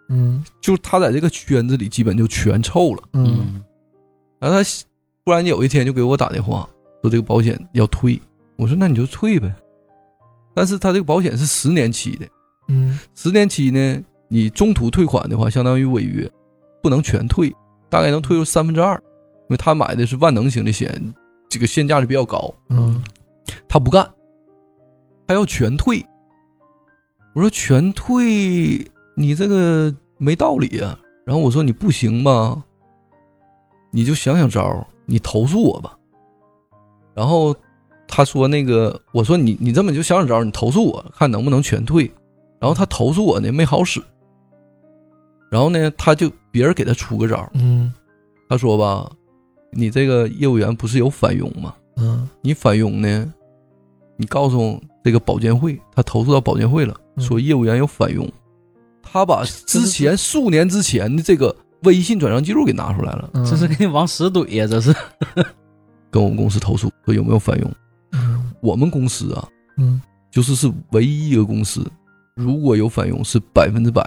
Speaker 3: 嗯
Speaker 4: 就是他在这个圈子里基本就全臭了。
Speaker 3: 嗯
Speaker 5: 嗯
Speaker 4: 然后他突然有一天就给我打电话，说这个保险要退。我说那你就退呗。但是他这个保险是十年期的，
Speaker 3: 嗯
Speaker 4: 十年期呢，你中途退款的话，相当于违约，不能全退，大概能退出三分之二。因为他买的是万能型的险，这个限价是比较高，
Speaker 3: 嗯
Speaker 4: 他不干，他要全退。我说全退，你这个没道理啊。然后我说你不行吧，你就想想招儿，你投诉我吧。然后他说那个，我说你你这么你就想想招儿，你投诉我看能不能全退。然后他投诉我呢没好使，然后呢他就别人给他出个招儿，
Speaker 3: 嗯
Speaker 4: 他说吧，你这个业务员不是有返佣吗？
Speaker 3: 嗯
Speaker 4: 你返佣呢，你告诉这个保监会，他投诉到保监会了，
Speaker 3: 嗯
Speaker 4: 说业务员有返佣，他把之前数年之前的这个微信转账记录给拿出来了，
Speaker 3: 嗯，
Speaker 5: 这是给你往死怼呀，这是。
Speaker 4: 跟我们公司投诉说有没有返佣。
Speaker 3: 嗯
Speaker 4: 我们公司啊，
Speaker 3: 嗯
Speaker 4: 就是是唯一一个公司，如果有返佣是百分之百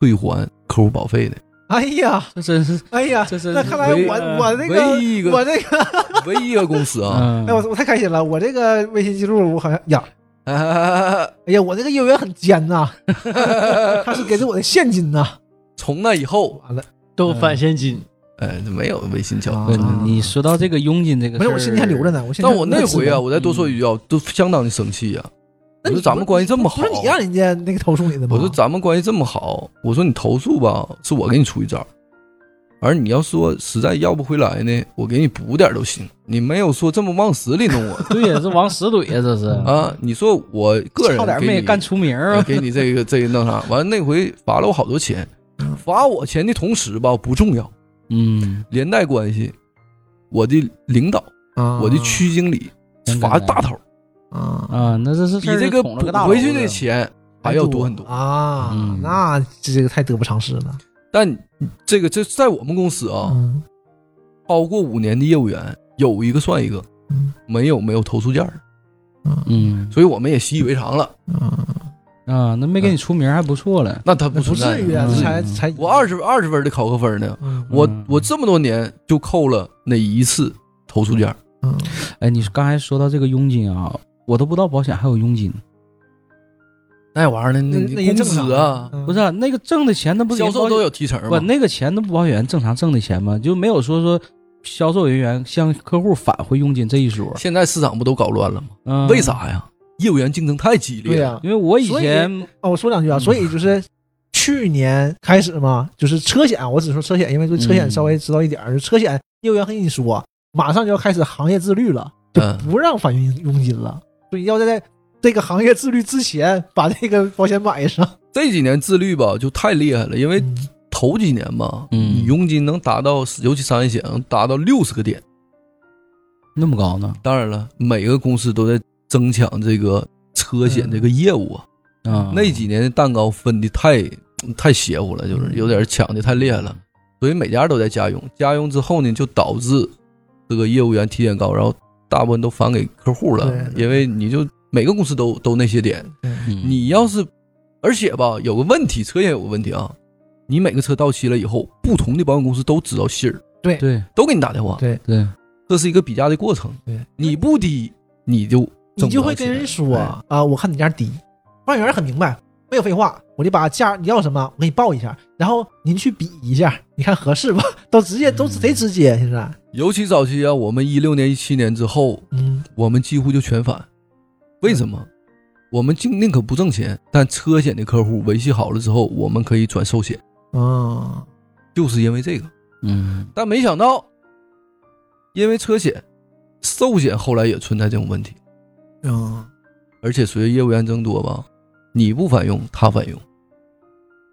Speaker 4: 退还客户保费的，
Speaker 3: 哎呀
Speaker 5: 这真是，
Speaker 3: 哎呀，
Speaker 5: 这是
Speaker 3: 那看来
Speaker 5: 唯
Speaker 3: 我我那
Speaker 4: 唯一一
Speaker 3: 个
Speaker 4: 个
Speaker 3: 我那个，
Speaker 4: 唯一一个公司啊。
Speaker 5: 嗯
Speaker 3: 哎我我太开心了，我这个微信记录我好像呀。哎呀，我这个业务员很奸呐， 他是给的我的现金呐。
Speaker 4: 从那以后，
Speaker 3: 完了，
Speaker 2: 都返现金，
Speaker 4: 哎，没有微信交易。
Speaker 5: 对
Speaker 3: 啊
Speaker 5: 你你说到这个佣金这个
Speaker 3: 没
Speaker 5: 事
Speaker 3: 事，
Speaker 5: 儿，
Speaker 3: 我现金还留着呢。我现金
Speaker 4: 但
Speaker 3: 还
Speaker 4: 我那回啊，我再多说一句啊，都相当的生气呀、
Speaker 3: 嗯那
Speaker 4: 我
Speaker 3: 你
Speaker 4: 说咱们关系这么好
Speaker 3: 不，是你让人家那个投诉你的吗？
Speaker 4: 我说咱们关系这么好，我说你投诉吧，是我给你出一招，而你要说实在要不回来呢，我给你补点都行。你没有说这么往死里弄 我
Speaker 5: 对呀，这往死怼呀，这是
Speaker 4: 啊！你说我个人
Speaker 5: 差点
Speaker 4: 给
Speaker 5: 没
Speaker 4: 你
Speaker 5: 干出名儿
Speaker 4: 呃
Speaker 5: 啊。
Speaker 4: 给你这个这个弄啥，完了那回罚了我好多钱，
Speaker 3: 嗯
Speaker 4: 罚我钱的同时吧不重要，
Speaker 5: 嗯，
Speaker 4: 连带关系，我的领导，
Speaker 3: 啊
Speaker 4: 我的区经理
Speaker 5: 真的
Speaker 4: 罚大头。
Speaker 3: 啊
Speaker 5: 啊，那这是
Speaker 4: 比
Speaker 5: 事儿
Speaker 4: 这
Speaker 5: 就捅
Speaker 4: 补
Speaker 5: 了个大
Speaker 4: 回去
Speaker 5: 娄
Speaker 4: 的
Speaker 5: 子
Speaker 4: 钱还要多很多。
Speaker 3: 啊
Speaker 5: 嗯，
Speaker 3: 那这个太得不偿失了。
Speaker 4: 但这个这在我们公司啊，
Speaker 3: 嗯
Speaker 4: 超过五年的业务员有一个算一个
Speaker 3: 嗯，
Speaker 4: 没有没有投诉件儿，
Speaker 5: 嗯
Speaker 4: 所以我们也习以为常了。
Speaker 3: 嗯，
Speaker 5: 啊，那没给
Speaker 4: 嗯
Speaker 5: 你出名儿还不错了。
Speaker 4: 那他
Speaker 3: 那不
Speaker 4: 存在
Speaker 3: 至于啊，
Speaker 5: 嗯
Speaker 3: 这才才
Speaker 4: 我二十二十分的考核分呢，
Speaker 3: 嗯
Speaker 4: 我
Speaker 5: 嗯
Speaker 4: 我这么多年就扣了那一次投诉件儿，
Speaker 3: 嗯
Speaker 5: 哎，你刚才说到这个佣金啊，我都不知道保险还有佣金。
Speaker 4: 那玩意儿呢？
Speaker 3: 那
Speaker 4: 那
Speaker 3: 那
Speaker 4: 你
Speaker 3: 也
Speaker 4: 工
Speaker 3: 正常
Speaker 4: 资啊，
Speaker 3: 嗯
Speaker 5: 不是啊、那个挣的钱，那不是
Speaker 4: 销
Speaker 5: 人
Speaker 4: 售
Speaker 5: 保
Speaker 4: 都有提成
Speaker 5: 不
Speaker 4: 嘛？
Speaker 5: 那个钱，那不保险正常挣的钱吗？就没有说说销售人员向客户返回佣金这一说。
Speaker 4: 现在市场不都搞乱了吗？
Speaker 5: 嗯，
Speaker 4: 为？啥呀？业务员竞争太激
Speaker 3: 对
Speaker 4: 烈了，
Speaker 3: 呀。
Speaker 5: 因为我以
Speaker 3: 所以
Speaker 5: 前
Speaker 3: 哦，我说两句啊，
Speaker 5: 嗯
Speaker 3: 所以就是去年开始嘛，就是车险，啊我只说车险，因为对车
Speaker 4: 嗯
Speaker 3: 险稍微知道一点儿。就车险业务员跟你说，马上就要开始行业自律了，就
Speaker 4: 嗯
Speaker 3: 不让返佣佣金了。对，要在这个行业自律之前把这个保险买上。
Speaker 4: 这几年自律吧就太厉害了，因为
Speaker 3: 嗯
Speaker 4: 头几年吧，
Speaker 5: 嗯
Speaker 4: 你佣金能达到，尤其商业险能达到六十个点。
Speaker 5: 那么高呢？
Speaker 4: 当然了，每个公司都在争抢这个车险这个业务啊。
Speaker 3: 嗯
Speaker 5: 啊，
Speaker 4: 那几年的蛋糕分的太太邪乎了，
Speaker 3: 嗯
Speaker 4: 就是有点抢的太厉害了，所以每家都在加佣。加佣之后呢，就导致这个业务员提点高，然后大部分都返给客户了
Speaker 3: 对，对
Speaker 4: 因为你就每个公司都都那些点，
Speaker 5: 嗯
Speaker 4: 你要是，而且吧，有个问题，车险有个问题啊，你每个车到期了以后，不同的保险公司都知道信儿，
Speaker 5: 对
Speaker 4: 都给你打电话，
Speaker 3: 对
Speaker 5: 对，
Speaker 4: 这是一个比价的过程。
Speaker 3: 对，
Speaker 4: 你不低，你就
Speaker 3: 你就会跟人说
Speaker 4: 哎
Speaker 3: 啊，我看你家低，保险员很明白，没有废话，我就把价你要什么，我给你报一下，然后您去比一下，你看合适吧？ 都直接都贼直接，现在，
Speaker 4: 尤其早期啊，我们一六年、一七年之后，
Speaker 3: 嗯，
Speaker 4: 我们几乎就全返。为什么？我们尽宁可不挣钱，但车险的客户维系好了之后，我们可以转寿险，
Speaker 3: 啊，
Speaker 4: 就是因为这个。
Speaker 5: 嗯
Speaker 4: 但没想到，因为车险，寿险后来也存在这种问题，
Speaker 3: 嗯，
Speaker 4: 而且随着业务员增多吧，你不返佣，他返佣，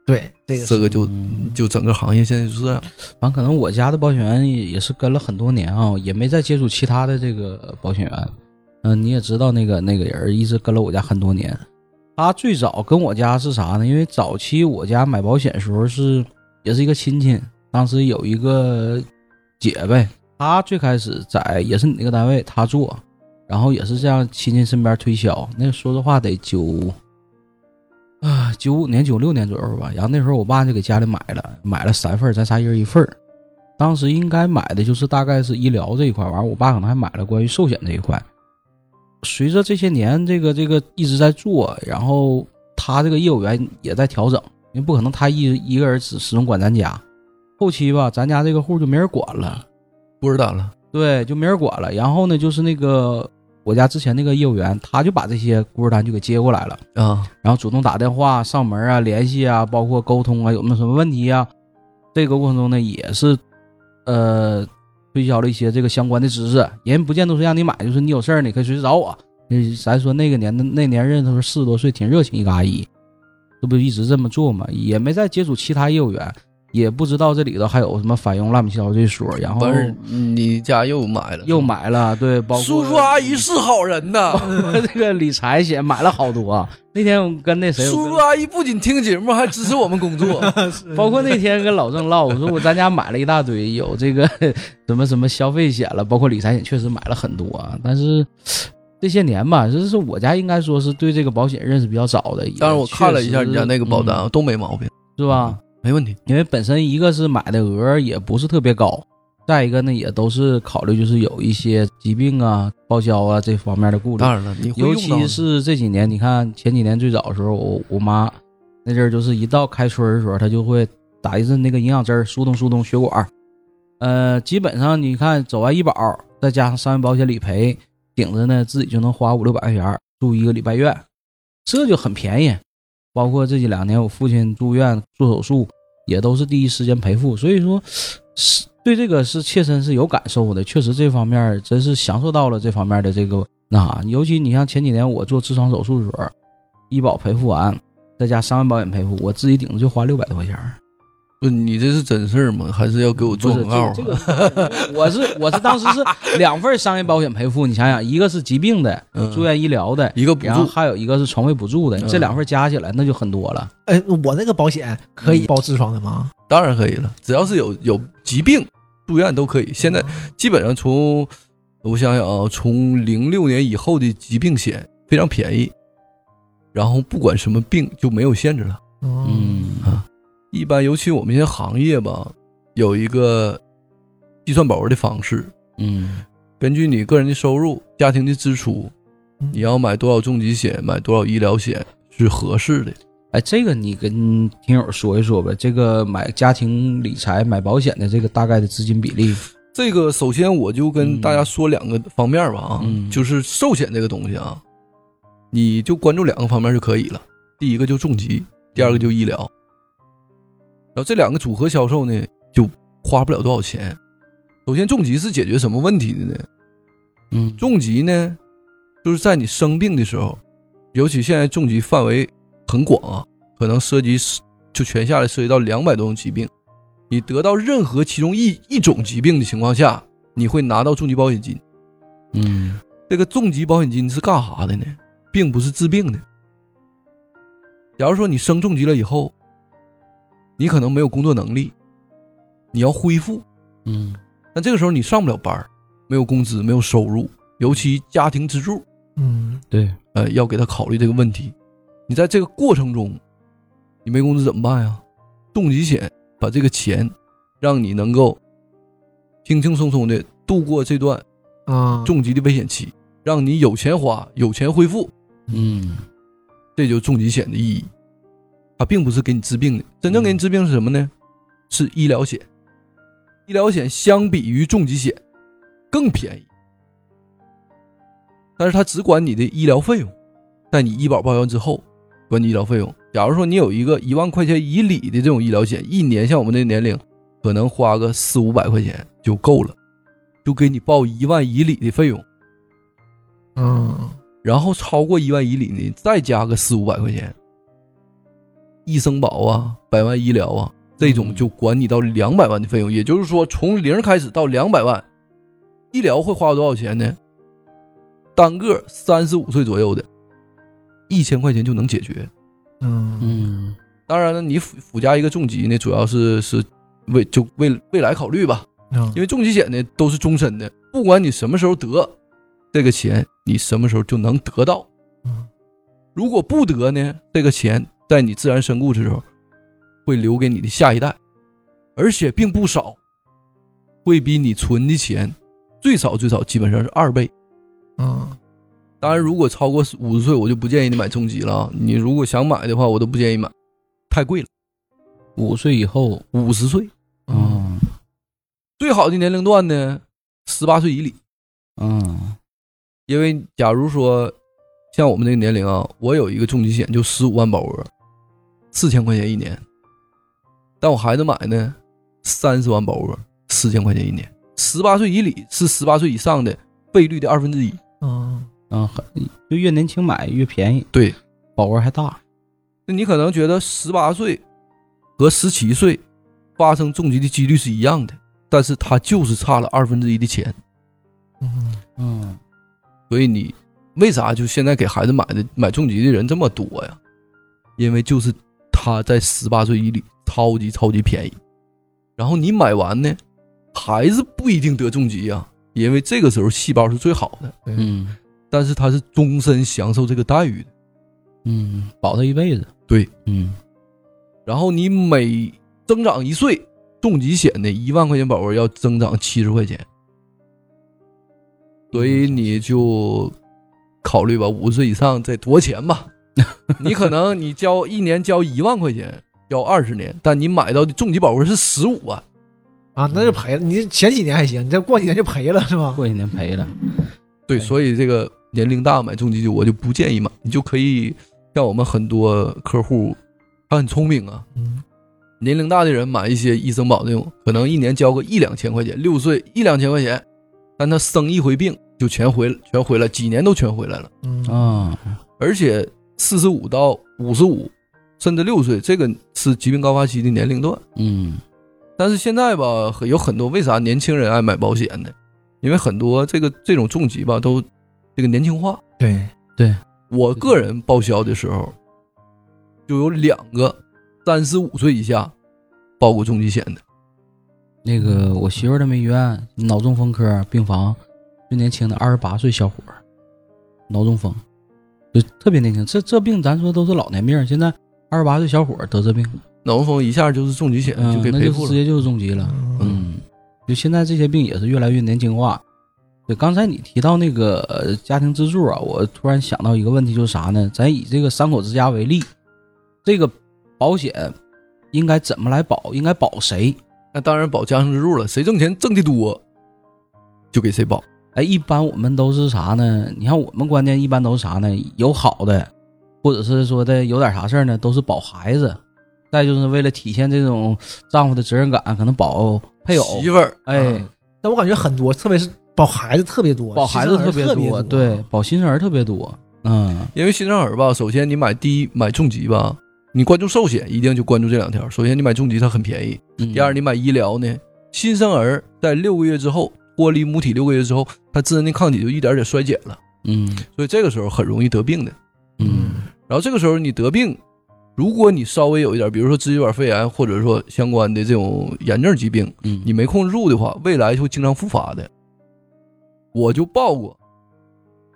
Speaker 3: 对，这个
Speaker 4: 这
Speaker 3: 是
Speaker 4: 个就
Speaker 5: 嗯
Speaker 4: 就整个行业现在就是这样。
Speaker 5: 反正可能我家的保险员也也是跟了很多年啊，也没再接触其他的这个呃保险员。嗯、你也知道那个那个人儿一直跟了我家很多年。他最早跟我家是啥呢？因为早期我家买保险的时候是也是一个亲戚，当时有一个姐呗，她最开始在也是你那个单位她做，然后也是这样亲戚身边推销。那说实话得九啊，九五年、九六年左右吧。然后那时候我爸就给家里买了，买了三份儿，咱仨一人一份儿。当时应该买的就是大概是医疗这一块儿，完了我爸可能还买了关于寿险这一块。随着这些年这个这个一直在做，然后他这个业务员也在调整，因为不可能他一一个人始始终管咱家。后期吧，咱家这个户就没人管了，
Speaker 4: 不知道了，
Speaker 5: 对，就没人管了。然后呢，就是那个我家之前那个业务员，他就把这些孤儿单就给接过来了。
Speaker 4: 啊，
Speaker 5: 然后主动打电话上门啊、联系啊，包括沟通啊，有没有什么问题啊？这个过程中呢，也是呃推销了一些这个相关的知识。人不见都是让你买，就是你有事儿你可以随时找我。嗯咱说那个年的那年认识的时候四十多岁，挺热情一个阿姨，这不一直这么做嘛？也没再接触其他业务员，也不知道这里头还有什么返佣乱七八糟这说。然后
Speaker 4: 完事儿你家又买
Speaker 5: 哦
Speaker 4: 了，
Speaker 5: 又买了，对，包括
Speaker 4: 叔叔啊阿姨是好人呐。
Speaker 5: 这个理财险买了好多啊。那天我跟那谁，我
Speaker 4: 叔
Speaker 5: 跟
Speaker 4: 叔阿姨不仅听节目，还支持我们 工作。
Speaker 5: 包括那天跟老郑唠，我说我咱家买了一大堆，有这个 什么什么消费险了，包括理财险，确实买了很多啊。但是这些年吧，就是我家应该说是对这个保险认识比较早的。也
Speaker 4: 当然，我看了一
Speaker 5: 确
Speaker 4: 下
Speaker 5: 实
Speaker 4: 你家那个保单
Speaker 5: 嗯
Speaker 4: 啊，都没毛病，
Speaker 5: 是吧？
Speaker 4: 没问题。
Speaker 5: 因为本身一个是买的额儿也不是特别高，再一个呢也都是考虑就是有一些疾病啊、报销啊这方面的顾虑
Speaker 4: 当。然了，你会
Speaker 5: 尤
Speaker 4: 用到
Speaker 5: 其
Speaker 4: 的
Speaker 5: 是这几年，你看前几年最早的时候，我我妈那阵儿就是一到开春儿的时候，她就会打一针那个营养针儿，疏通疏通血管儿。呃，基本上你看走完医保，再加上商业保险理赔，顶着呢自己就能花五六百块钱儿住一个礼拜院，这就很便宜。包括这几两年我父亲住院做手术，也都是第一时间赔付，所以说是对这个是切身是有感受的。确实这方面儿真是享受到了这方面的这个那啥，尤其你像前几年我做痔疮手术的时候，医保赔付完，再加商业保险赔付，我自己顶多就花六百多块钱儿。
Speaker 4: 不，你这是真事儿吗？还是要给我
Speaker 5: 不
Speaker 4: 做
Speaker 5: 是
Speaker 4: 广告啊？
Speaker 5: 这个，这个我是我是当时是两份商业保险赔付，你想想，一个是疾病的
Speaker 4: 嗯
Speaker 5: 住院医疗的，
Speaker 4: 一个补
Speaker 5: 然后
Speaker 4: 助，
Speaker 5: 还有一个是床位补助的，
Speaker 4: 嗯
Speaker 5: 这两份加起来那就很多了。
Speaker 3: 哎，我那个保险可以包痔疮的吗？
Speaker 4: 当然可以了，只要是有有疾病住院都可以。现在基本上从我想想啊，从零六年以后的疾病险非常便宜，然后不管什么病就没有限制了。
Speaker 3: 嗯，
Speaker 5: 嗯
Speaker 4: 一般尤其我们现在行业吧，有一个计算保额的方式，
Speaker 5: 嗯
Speaker 4: 根据你个人的收入、家庭的支出，你要买多少重疾险，买多少医疗险是合适的。
Speaker 5: 哎，这个你跟听友说一说呗，这个买家庭理财、买保险的这个大概的资金比例，
Speaker 4: 这个首先我就跟大家说两个方面吧啊，
Speaker 5: 嗯
Speaker 4: 就是寿险这个东西啊，你就关注两个方面就可以了。第一个就重疾，第二个就医疗。然后这两个组合销售呢，就花不了多少钱。首先，重疾是解决什么问题的呢？
Speaker 5: 嗯
Speaker 4: 重疾呢，就是在你生病的时候，尤其现在重疾范围很广啊，可能涉及就全下来涉及到两百多种疾病，你得到任何其中一一种疾病的情况下，你会拿到重疾保险金。
Speaker 5: 嗯，
Speaker 4: 这个重疾保险金是干啥的呢？并不是治病的。假如说你生重疾了以后，你可能没有工作能力，你要恢复，
Speaker 5: 嗯，
Speaker 4: 但这个时候你上不了班儿没有工资，没有收入，尤其家庭支柱，
Speaker 3: 嗯，
Speaker 5: 对，
Speaker 4: 呃，要给他考虑这个问题。你在这个过程中，你没工资怎么办呀？重疾险把这个钱，让你能够轻轻松松的度过这段
Speaker 3: 啊，
Speaker 4: 重疾的危险期，让你有钱花，有钱恢复，
Speaker 5: 嗯，
Speaker 4: 这就是重疾险的意义。它并不是给你治病的，真正给你治病是什么呢？是医疗险。医疗险相比于重疾险更便宜，但是它只管你的医疗费用，在你医保报销之后，管你医疗费用。假如说你有一个一万块钱以里的这种医疗险，一年像我们这年龄，可能花个四五百块钱就够了，就给你报一万以里的费用。
Speaker 3: 嗯，
Speaker 4: 然后超过一万以里呢，再加个四五百块钱，医生保啊、百万医疗啊这种就管你到两百万的费用，也就是说从零开始到两百万，医疗会花多少钱呢？单个三十五岁左右的，一千块钱就能解决。
Speaker 3: 嗯，
Speaker 5: 嗯，
Speaker 4: 当然了，你附附加一个重疾呢，主要是是为就为未来考虑吧，
Speaker 3: 嗯
Speaker 4: 因，为重疾险呢都是终身的，不管你什么时候得，这个钱你什么时候就能得到
Speaker 3: 嗯。
Speaker 4: 如果不得呢，这个钱在你自然身故的时候会留给你的下一代，而且并不少，会比你存的钱最少最少基本上是二倍。
Speaker 3: 嗯，
Speaker 4: 当然，如果超过五十岁，我就不建议你买重疾了啊。你如果想买的话，我都不建议买，太贵了。
Speaker 5: 五岁以后，
Speaker 4: 五十岁
Speaker 5: 嗯
Speaker 4: 最好的年龄段呢，十八岁以里。
Speaker 5: 嗯
Speaker 4: 因为假如说像我们这个年龄啊，我有一个重疾险，就十五万保额，四千块钱一年。但我孩子买呢，三十万保额，四千块钱一年。十八岁以里是十八岁以上的倍率的二分之一。
Speaker 3: 嗯，
Speaker 5: 嗯，很就越年轻买越便宜，
Speaker 4: 对，
Speaker 5: 保额还大，
Speaker 4: 那你可能觉得十八岁和十七岁发生重疾的几率是一样的，但是它就是差了二分之一的钱。
Speaker 3: 嗯，
Speaker 5: 嗯
Speaker 4: 所以你为啥就现在给孩子买的买重疾的人这么多呀？因为就是他在十八岁以里超级超级便宜，然后你买完呢，还是不一定得重疾呀、因为这个时候细胞是最好的，
Speaker 5: 嗯
Speaker 4: 但是他是终身享受这个待遇的。
Speaker 5: 嗯，保他一辈子，
Speaker 4: 对，
Speaker 5: 嗯
Speaker 4: 然后你每增长一岁，重疾险的一万块钱保额要增长七十块钱，所以你就考虑吧，五十岁以上得多钱吧？你可能你交一年交一万块钱，交二十年，但你买到的重疾保额是十五万，
Speaker 3: 啊，那就赔了。你前几年还行，你这过几年就赔了是吧？
Speaker 5: 过几年赔了，
Speaker 4: 对，所以这个年龄大买重疾就我就不建议买，你就可以像我们很多客户，他很聪明啊，
Speaker 3: 嗯，
Speaker 4: 年龄大的人买一些医生保这种，可能一年交个一两千块钱，六岁一两千块钱，但他生一回病就全回全回来，几年都全回来了。
Speaker 3: 嗯，
Speaker 5: 啊，
Speaker 4: 而且四十五到五十五，甚至六岁，这个是疾病高发期的年龄段。
Speaker 5: 嗯
Speaker 4: 但是现在吧，很有很多为啥年轻人爱买保险呢？因为很多这个这种重疾吧，都这个年轻化。
Speaker 3: 对，
Speaker 4: 我个人报销的时候，就有两个三十五岁以下报过重疾险的。
Speaker 5: 那个我媳妇儿他们医院脑中风科病房，最年轻的二十八岁小伙儿，脑中风，就特别年轻。这这病咱说都是老年病，现在二十八岁小伙儿得这病，
Speaker 4: 脑中风一下就是重疾险
Speaker 5: 嗯
Speaker 4: 就，给
Speaker 5: 那
Speaker 4: 赔
Speaker 5: 就
Speaker 4: 付
Speaker 5: 直
Speaker 4: 了。
Speaker 5: 接就是重疾了。
Speaker 3: 嗯，
Speaker 5: 嗯，就现在这些病也是越来越年轻化。对，刚才你提到那个呃家庭支柱啊，我突然想到一个问题，就是啥呢？咱以这个三口之家为例，这个保险应该怎么来保？应该保谁？
Speaker 4: 那当然保家庭支柱了，谁挣钱挣的多，就给谁保。
Speaker 5: 哎，一般我们都是啥呢？你看我们观念一般都是啥呢？有好的，或者是说的有点啥事儿呢，都是保孩子。再就是为了体现这种丈夫的责任感，可能保配偶
Speaker 4: 媳。妇儿，啊
Speaker 5: 哎，
Speaker 3: 但我感觉很多，特别是保孩子特别多，
Speaker 5: 保孩子
Speaker 3: 新生儿特
Speaker 5: 别
Speaker 3: 多，
Speaker 5: 对，保新生儿特别多。嗯，
Speaker 4: 因为新生儿吧，首先你买第一买重疾吧，你关注寿险一定就关注这两条。首先你买重疾它很便宜，
Speaker 5: 嗯
Speaker 4: 第二你买医疗呢，新生儿在六个月之后脱离母体六个月之后，他自身的抗体就一点点衰减了，
Speaker 5: 嗯
Speaker 4: 所以这个时候很容易得病的。
Speaker 5: 嗯
Speaker 4: 然后这个时候你得病，如果你稍微有一点，比如说支气管肺炎或者说相关的这种炎症疾病，
Speaker 5: 嗯，
Speaker 4: 你没控制住的话，未来会经常复发的。我就报过，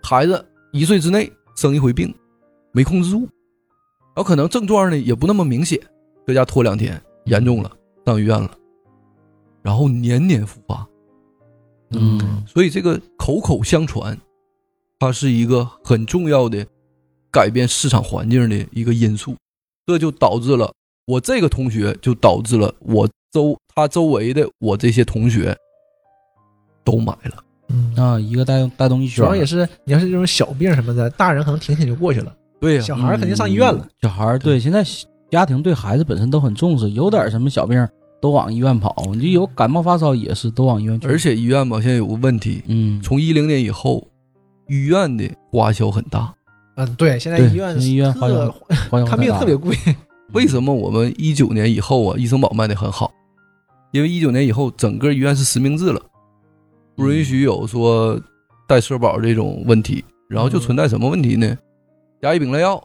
Speaker 4: 孩子一岁之内生一回病，没控制住，然后可能症状呢也不那么明显，搁家拖两天，严重了上医院了，然后年年复发。
Speaker 5: 嗯
Speaker 4: 所以这个口口相传，它是一个很重要的改变市场环境的一个因素，这就导致了我这个同学就导致了我周他周围的我这些同学都买了，
Speaker 3: 嗯，
Speaker 5: 啊，一个带带动一
Speaker 3: 主
Speaker 5: 圈儿，
Speaker 3: 要也是你要是这种小病什么的，大人可能挺挺就过去了，
Speaker 4: 对呀、
Speaker 3: 小孩儿肯定上医院了。
Speaker 5: 嗯。小孩儿对现在家庭对孩子本身都很重视，有点什么小病儿都往医院跑，你就有感冒发烧也是都往医院去。
Speaker 4: 而且医院吧现在有个问题，
Speaker 5: 嗯，
Speaker 4: 从一零年以后，医院的花销很大。
Speaker 3: 嗯，对，现在
Speaker 5: 对
Speaker 3: 医院
Speaker 5: 现在医院花销
Speaker 3: 特
Speaker 5: 花销
Speaker 3: 看病特别贵，
Speaker 4: 为什么我们一九年以后啊，医生保卖的很好？因为一九年以后，整个医院是实名制了，不允许有说带社保这种问题，然后就存在什么问题呢？甲乙丙类药，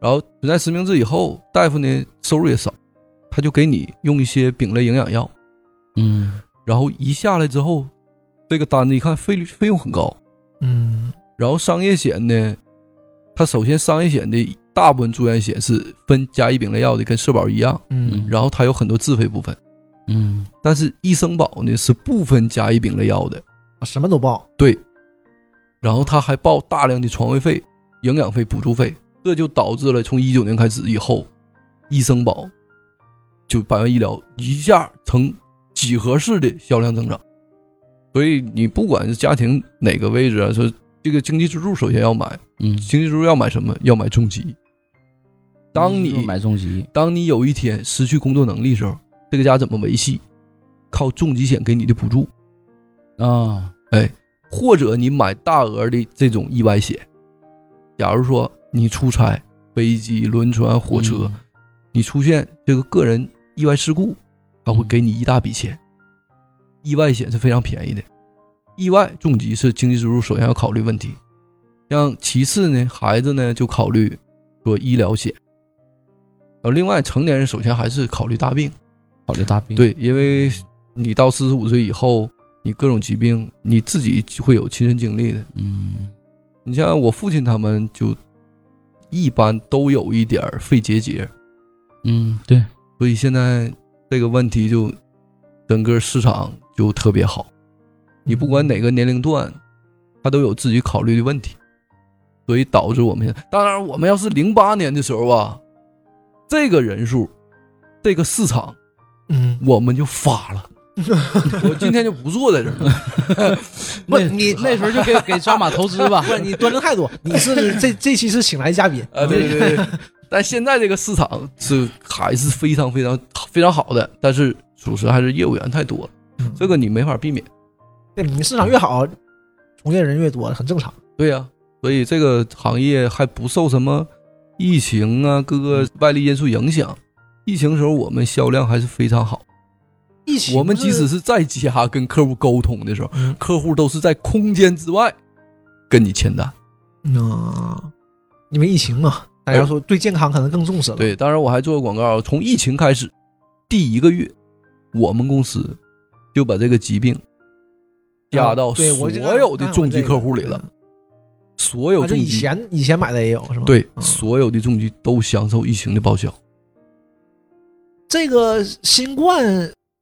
Speaker 4: 然后存在实名制以后，大夫呢收入也少，他就给你用一些丙类营养药，
Speaker 5: 嗯
Speaker 4: 然后一下来之后，这个单子一看费率费用很高，
Speaker 3: 嗯，
Speaker 4: 然后商业险呢，它首先商业险的大部分住院险是分甲乙丙类药的，跟社保一样。
Speaker 3: 嗯，
Speaker 4: 然后它有很多自费部分，
Speaker 5: 嗯
Speaker 4: 但是医生保呢是不分甲乙丙类药的，
Speaker 3: 啊什么都报，
Speaker 4: 然后它还报大量的床位费、营养费、补助费，这就导致了从一九年开始以后，医生保就百万医疗一下呈几何式的销量增长。所以你不管是家庭哪个位置啊，说这个经济支柱首先要买，
Speaker 5: 嗯，
Speaker 4: 经济支柱要买什么？要买重疾。当
Speaker 5: 就是
Speaker 4: 你
Speaker 5: 嗯买重疾，
Speaker 4: 当你有一天失去工作能力的时候，这个家怎么维系？靠重疾险给你的补助，
Speaker 5: 啊，
Speaker 4: 或者你买大额的这种意外险。假如说你出差，飞机、轮船、火车，
Speaker 5: 嗯
Speaker 4: 你出现这个个人意外事故，他会给你一大笔钱。意外险是非常便宜的，意外重疾是经济支柱首先要考虑问题。像其次呢，孩子呢就考虑说医疗险，然后另外成年人首先还是考虑大病。
Speaker 5: 考虑大病。，
Speaker 4: 对，因为你到四十五岁以后，你各种疾病你自己会有亲身经历的。
Speaker 5: 嗯
Speaker 4: 你像我父亲他们就一般都有一点儿肺结节，
Speaker 5: 嗯，对，
Speaker 4: 所以现在这个问题就整个市场就特别好。你不管哪个年龄段，他都有自己考虑的问题，所以导致我们现在。当然，我们要是零八年的时候啊，这个人数，这个市场。
Speaker 3: 嗯，
Speaker 4: 我们就发了。我今天就不坐在这儿了。
Speaker 3: 不，
Speaker 5: 那
Speaker 3: 你
Speaker 5: 那时候就给给抓马投资 吧。
Speaker 3: 不，你端正态度，你 是这这期是请来嘉宾，
Speaker 4: 啊，对对 对对。但现在这个市场是还是非常非常非常好的，但是属实还是业务员太多了，
Speaker 3: 嗯
Speaker 4: 这个你没法避免。
Speaker 3: 对你市场越好，从业人越多，很正常。
Speaker 4: 对呀、所以这个行业还不受什么疫情啊各个外力因素影响。
Speaker 3: 嗯
Speaker 4: 疫情时候我们销量还是非常好，
Speaker 3: 疫情
Speaker 4: 我们即使是在家跟客户沟通的时候，
Speaker 3: 嗯
Speaker 4: 客户都是在空间之外跟你签单。
Speaker 3: 嗯，因为疫情嘛，大家说对健康可能更重视了。，
Speaker 4: 对，当然我还做过广告。啊从疫情开始，第一个月，我们公司就把这个疾
Speaker 5: 啊
Speaker 4: 病加到
Speaker 3: 对我
Speaker 4: 所
Speaker 3: 就
Speaker 4: 有的重疾客户里了，
Speaker 3: 啊
Speaker 4: 所
Speaker 5: 啊
Speaker 4: 有
Speaker 3: 就
Speaker 4: 重
Speaker 3: 以
Speaker 4: 疾、
Speaker 3: 前以前买的也有是吗？，
Speaker 4: 对、
Speaker 3: 嗯
Speaker 4: 所有的重疾都享受疫情的报销。
Speaker 3: 这个新冠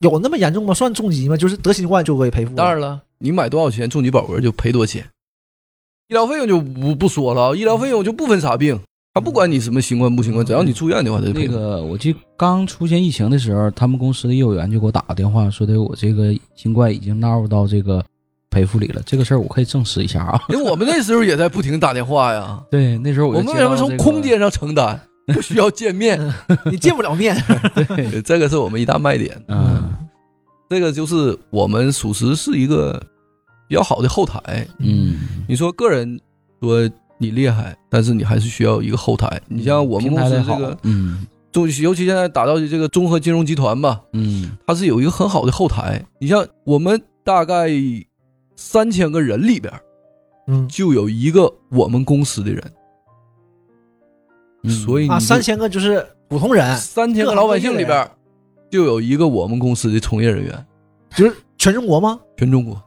Speaker 3: 有那么严重吗？算重疾吗？就是得新冠就给赔付？
Speaker 4: 当然，了，你买多少钱重疾保额就赔多少钱，医疗费用就不不说了啊，医疗费用就不分啥病，他不管你什么新冠不新冠，只要你住院的话，他就赔。
Speaker 5: 那个，我记得刚出现疫情的时候，他们公司的业务员就给我打个电话，说的我这个新冠已经纳入到这个赔付里了。这个事儿我可以证实一下啊。
Speaker 4: 因为我们那时候也在不停打电话呀，
Speaker 5: 对，那 时候我
Speaker 4: 我
Speaker 5: 就
Speaker 4: 们
Speaker 5: 接
Speaker 4: 为什
Speaker 5: 到
Speaker 4: 么从
Speaker 5: 这个
Speaker 4: 空间上承担，不需要见面？
Speaker 3: 你见不了面。
Speaker 5: 对，
Speaker 4: 呃这个是我们一大卖点。
Speaker 5: 嗯，
Speaker 4: 这个就是我们属实是一个比较好的后台。
Speaker 5: 嗯，
Speaker 4: 你说个人说你厉害，但是你还是需要一个后台。你像我们
Speaker 5: 平
Speaker 4: 公
Speaker 5: 台
Speaker 4: 司
Speaker 5: 得
Speaker 4: 这
Speaker 5: 好
Speaker 4: 个，
Speaker 5: 嗯
Speaker 4: 中，尤其现在打造的这个综合金融集团吧，
Speaker 5: 嗯
Speaker 4: 它是有一个很好的后台。你像我们大概三千个人里边，
Speaker 3: 嗯
Speaker 4: 就有一个我们公司的人，
Speaker 5: 嗯，
Speaker 4: 所以
Speaker 3: 啊，
Speaker 4: 你就
Speaker 3: 三千个就是普通
Speaker 5: 哎
Speaker 3: 人，
Speaker 4: 三千个老百姓里边，就有一个我们公司的从业人员，
Speaker 3: 就是全中国吗？
Speaker 4: 全中国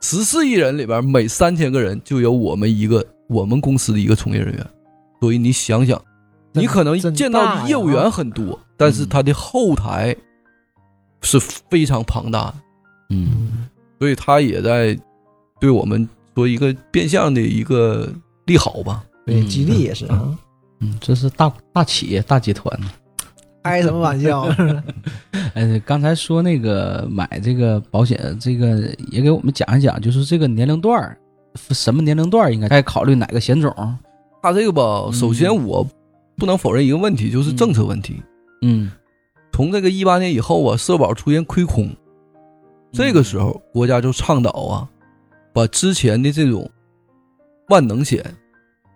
Speaker 4: 十四亿人里边，每三千个人就有我们一个我们公司的一个从业人员。所以你想想，
Speaker 3: 真
Speaker 4: 你可能
Speaker 3: 真
Speaker 4: 见到
Speaker 3: 大呀嗯
Speaker 4: 的业务员很多，但是他的后台是非常庞大的，
Speaker 5: 嗯
Speaker 4: 所以他也在对我们做一个变相的一个利好吧。
Speaker 3: 对，
Speaker 5: 嗯
Speaker 3: 吉利也是啊，
Speaker 5: 嗯，这是大大企业大集团。
Speaker 3: 开什么玩笑？
Speaker 5: 呃，刚才说那个买这个保险，这个也给我们讲一讲，就是这个年龄段儿，什么年龄段儿应该该考虑哪个险种？
Speaker 4: 他这个吧，
Speaker 5: 嗯
Speaker 4: 首先我不能否认一个问题，就是政策问题。
Speaker 5: 嗯，
Speaker 4: 从这个一八年以后啊，社保出现亏
Speaker 3: 嗯
Speaker 4: 空，这个时候国家就倡导啊，把之前的这种万能险、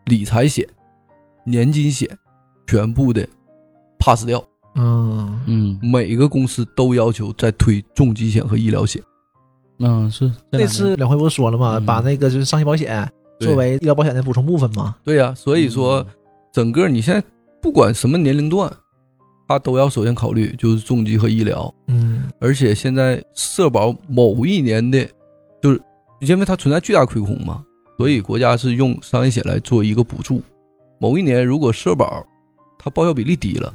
Speaker 4: 理财险、年金险全部的 pass 掉，
Speaker 3: 嗯，
Speaker 5: 嗯
Speaker 4: 每个公司都要求再推重疾险和医疗险。
Speaker 5: 嗯是 这
Speaker 3: 那
Speaker 5: 两个
Speaker 3: 次两回不是说了吗？
Speaker 5: 嗯
Speaker 3: 把那个就是商业保险
Speaker 4: 对
Speaker 3: 作为医嗯疗保险的补充部分嘛。
Speaker 4: 对呀、所以说整个你现在不管什么年龄段，他都要首先考虑就是重疾和医疗。
Speaker 3: 嗯
Speaker 4: 而且现在社保某一年的，就是因为它存在巨大亏空嘛，所以国家是用商业险来做一个补助。某一年如果社保它报销比例低了，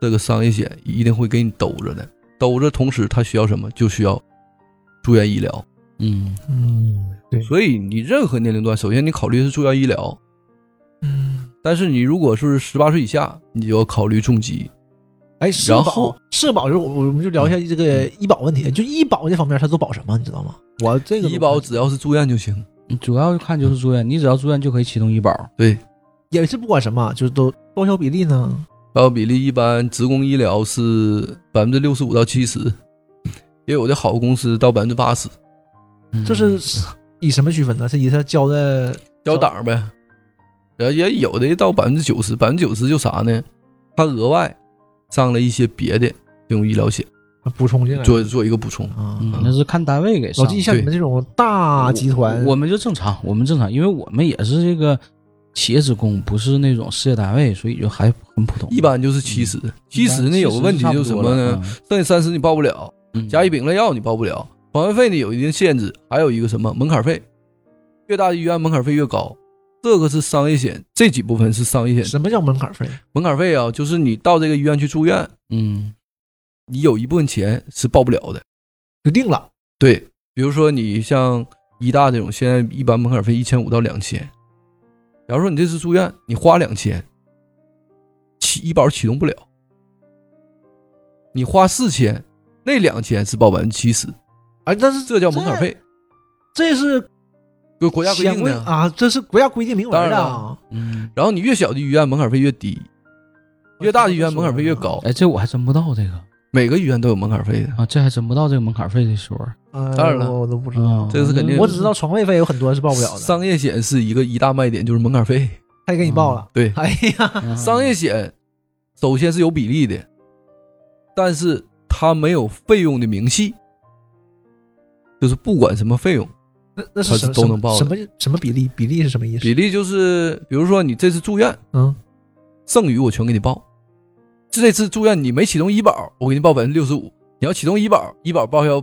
Speaker 4: 这个商业险一定会给你兜着的。兜着，同时它需要什么？就需要住院医疗。
Speaker 5: 嗯
Speaker 3: 嗯，对，
Speaker 4: 所以你任何年龄段，首先你考虑的是住院医疗，
Speaker 3: 嗯，
Speaker 4: 但是你如果是十八岁以下，你就要考虑重疾。
Speaker 3: 哎，社
Speaker 4: 然
Speaker 3: 保
Speaker 4: 后
Speaker 3: 社保就是我我们就聊一下这
Speaker 5: 嗯
Speaker 3: 个医保问题，就医保这方面它都保什么，你知道吗？我这个
Speaker 4: 医保只要是住院就行。
Speaker 5: 嗯，主要看就是住院，你只要住院就可以启动医保。
Speaker 4: 对，
Speaker 3: 也是不管什么，就是都报销比例呢，
Speaker 4: 报销比例一般，职工医疗是百分之六十五到七十，也有的好公司到百分之八十，
Speaker 5: 嗯
Speaker 3: 这是以什么区分呢？是以他交的
Speaker 4: 交档呗。然后也有的到百分之九十，百分之九十就啥呢？他额外上了一些别的这种医疗险，
Speaker 3: 呃补充进来
Speaker 4: 做做一个补充。
Speaker 3: 啊？
Speaker 5: 嗯，那是看单位给
Speaker 3: 老
Speaker 5: 上的。
Speaker 3: 季，像你们这种大集团，
Speaker 5: 我们就正常，我们正常，因为我们也是这个企业职工，不是那种事业单位，所以就还很普通。
Speaker 4: 一般就是七十，七十呢有个问题就是什么呢？？剩下三十你报不了，
Speaker 5: 嗯，
Speaker 4: 甲乙丙类药你报不了，保险费呢有一定限制，还有一个什么门槛费，越大的医院门槛费越高。这个是商业险，这几部分是商业险
Speaker 3: 什么叫门槛费？
Speaker 4: 门槛费啊，就是你到这个医院去住院，
Speaker 5: 嗯
Speaker 4: 你有一部分钱是报不了的。
Speaker 3: 就定了，
Speaker 4: 对，比如说你像医大这种，现在一般门槛费一千五到两千。假如说你这次住院，你花两千，启医保启动不了。你花四千，那两千是报百分之七十，
Speaker 3: 哎，但是
Speaker 4: 啊这叫门槛费，
Speaker 3: 这是
Speaker 4: 就国家规
Speaker 3: 显
Speaker 4: 定
Speaker 3: 规
Speaker 4: 的。
Speaker 3: 啊，这是国家规定明文
Speaker 4: 当
Speaker 3: 的
Speaker 4: 然
Speaker 3: 啊
Speaker 4: 了。
Speaker 5: 嗯，
Speaker 4: 然后你越小的医院门槛费越低，越大的医院门槛费越高。
Speaker 5: 哎，这我还真不知道这个
Speaker 4: 每个医院都有门槛费的，
Speaker 5: 啊，这还真不知道这个门槛费这说。
Speaker 3: 呃
Speaker 4: 当然了
Speaker 3: 我我都不知道
Speaker 5: 啊，，
Speaker 4: 嗯这个是肯定
Speaker 3: 我只知道床位费有很多是报不了的，
Speaker 4: 商业险是一个一大卖点，就是门槛费。
Speaker 3: 他也给你报了。
Speaker 4: 对，
Speaker 3: 哎呀，
Speaker 5: 嗯
Speaker 4: 商业险首先是有比例的，但是它没有费用的明细，就是不管什么费用，
Speaker 3: 那那
Speaker 4: 他
Speaker 3: 是什么
Speaker 4: 都能报的
Speaker 3: 什么什么比例？比例是什么意思？
Speaker 4: 比例就是比如说你这次住院，
Speaker 3: 嗯，
Speaker 4: 剩余我全给你报。这次住院你没启动医保，我给你报百分之六十五；你要启动医保，医保报销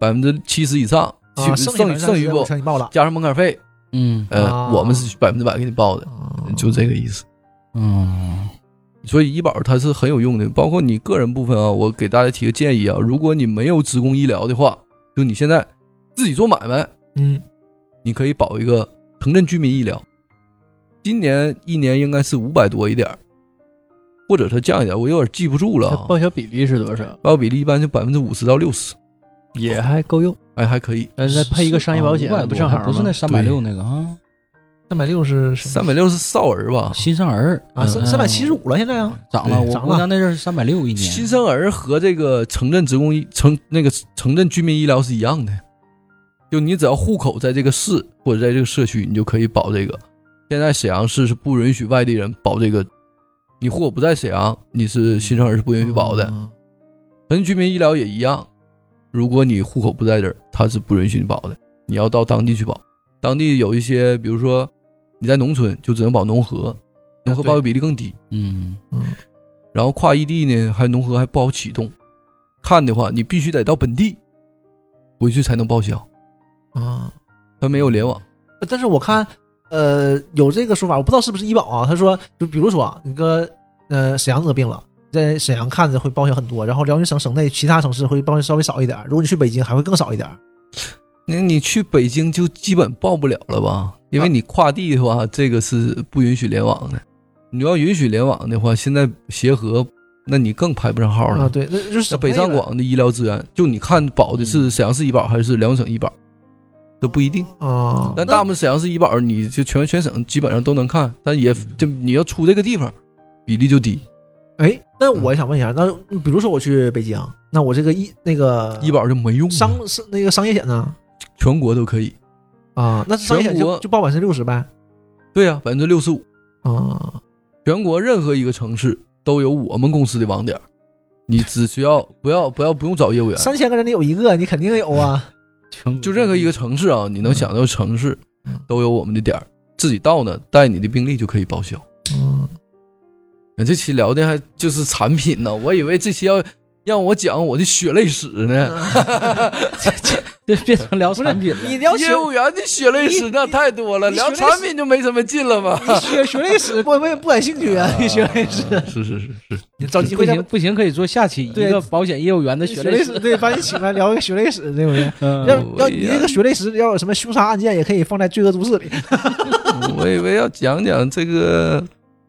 Speaker 4: 百分之七十以上，
Speaker 3: 啊，
Speaker 4: 其
Speaker 3: 剩
Speaker 4: 剩
Speaker 3: 余
Speaker 4: 剩余
Speaker 3: 我
Speaker 4: 不
Speaker 3: 全给你报了。
Speaker 4: 加上门槛费，
Speaker 5: 嗯
Speaker 4: 呃，
Speaker 3: 啊哦
Speaker 4: 我们是百分之百给你报的，就这个意思。
Speaker 5: 嗯
Speaker 4: 所以医保它是很有用的，包括你个人部分啊，我给大家提个建议啊，如果你没有职工医疗的话，就你现在自己做买卖，
Speaker 3: 嗯，
Speaker 4: 你可以保一个城镇居民医疗，今年一年应该是五百多一点儿，或者它降一点儿，我有点记不住了
Speaker 2: 它
Speaker 4: 啊。
Speaker 2: 报销比例是多少？
Speaker 4: 报比例一般就百分之五十到六十，
Speaker 2: 也还够用，
Speaker 4: 哎，还可以。
Speaker 2: 呃但是再配一个商业保险，
Speaker 5: 500
Speaker 2: 不正好
Speaker 5: 还不是那
Speaker 2: 吗
Speaker 5: 三百六那个啊？
Speaker 3: 三百六是什么
Speaker 4: 三百嗯六是少儿吧？
Speaker 5: 新生儿
Speaker 3: 啊，三三百七十
Speaker 5: 五
Speaker 3: 五了，现在啊，
Speaker 5: 涨了，
Speaker 3: 对
Speaker 5: 我
Speaker 3: 涨
Speaker 5: 姑
Speaker 3: 了
Speaker 5: 娘那阵儿三百六一年，
Speaker 4: 新生儿和这个城镇职工医城那个城镇居民医疗是一样的，就你只要户口在这个市或者在这个社区，你就可以保这个。现在沈阳市是不允许外地人保这个，你户口不在沈阳，你是新生儿是不允许保的。
Speaker 2: 嗯
Speaker 4: 城镇居民医疗也一样，如果你户口不在这儿，它是不允许你保的，你要到当地去保。当地有一些，比如说你在农村，就只能保农合，农
Speaker 5: 啊
Speaker 4: 合
Speaker 5: 对
Speaker 4: 保有比例更低。
Speaker 5: 嗯，
Speaker 4: 然后跨异地呢，还农合还不好启动。看的话，你必须得到本地回去才能报销，
Speaker 3: 啊。
Speaker 4: 它没有联网。
Speaker 3: 但是我看，呃，有这个说法，我不知道是不是医保啊。他说，就比如说啊，你搁呃沈阳得病了，在沈阳看着会报销很多，然后辽宁省省内其他城市会报销稍微少一点儿。如果你去北京，还会更少一点儿。
Speaker 4: 那你去北京就基本报不了了吧？因为你跨地的话，这个是不允许联网的。你要允许联网的话，现在协和，那你更排不上号了。
Speaker 3: 啊，对，那就是
Speaker 4: 那
Speaker 3: 省
Speaker 4: 北
Speaker 3: 内
Speaker 4: 上
Speaker 3: 了
Speaker 4: 广的医疗资源，就你看保的
Speaker 3: 嗯
Speaker 4: 是沈阳市医保还是辽宁省医保，都不一定。
Speaker 3: 啊。
Speaker 4: 但大部分沈阳市医保，你就全全省基本上都能看，但也
Speaker 3: 嗯
Speaker 4: 就你要出这个地方，比例就低。
Speaker 3: 哎，那我也想问一下，那比如说我去北京，那我这个医那个
Speaker 4: 医保就没用了，啊
Speaker 3: 商是那个商业险呢？
Speaker 4: 全国都可以。
Speaker 3: 啊，那商业险
Speaker 4: 全国
Speaker 3: 就就报百分之六十呗。
Speaker 4: 对呀、百分之六十五，
Speaker 3: 啊，
Speaker 4: 全国任何一个城市都有我们公司的网点儿，你只需要不要不要不用找业务员，
Speaker 3: 三千个人里有一个，你肯定有啊。
Speaker 5: 全
Speaker 4: 就任何 一个城市啊，你能想到的城市
Speaker 3: 嗯
Speaker 4: 都有我们的点儿，自己到呢带你的病历就可以报销。
Speaker 3: 嗯，
Speaker 4: 那这期聊的还就是产品呢，我以为这期要让我讲我的血泪史呢，
Speaker 3: 嗯
Speaker 5: 这变成聊产品了。
Speaker 3: 你聊 学
Speaker 4: 业务员的血泪史那太多了，
Speaker 3: 你
Speaker 4: 聊
Speaker 3: 血泪史
Speaker 4: 产品就没什么劲了吧？
Speaker 3: 你学学历史，我我也不感兴趣啊。你学历史，
Speaker 4: 是是是是，
Speaker 3: 你找机
Speaker 5: 不
Speaker 3: 会再
Speaker 5: 行不行，可以做下期一
Speaker 3: 对
Speaker 5: 个保险业务员的血
Speaker 3: 学
Speaker 5: 泪
Speaker 3: 历
Speaker 5: 史。
Speaker 3: 史，对，把你请来聊一个学历史，对不对？要
Speaker 5: 嗯，
Speaker 3: 要你这个学历史要有什么凶杀案件，也可以放在《罪恶都市》里。
Speaker 4: 我以为要讲讲这个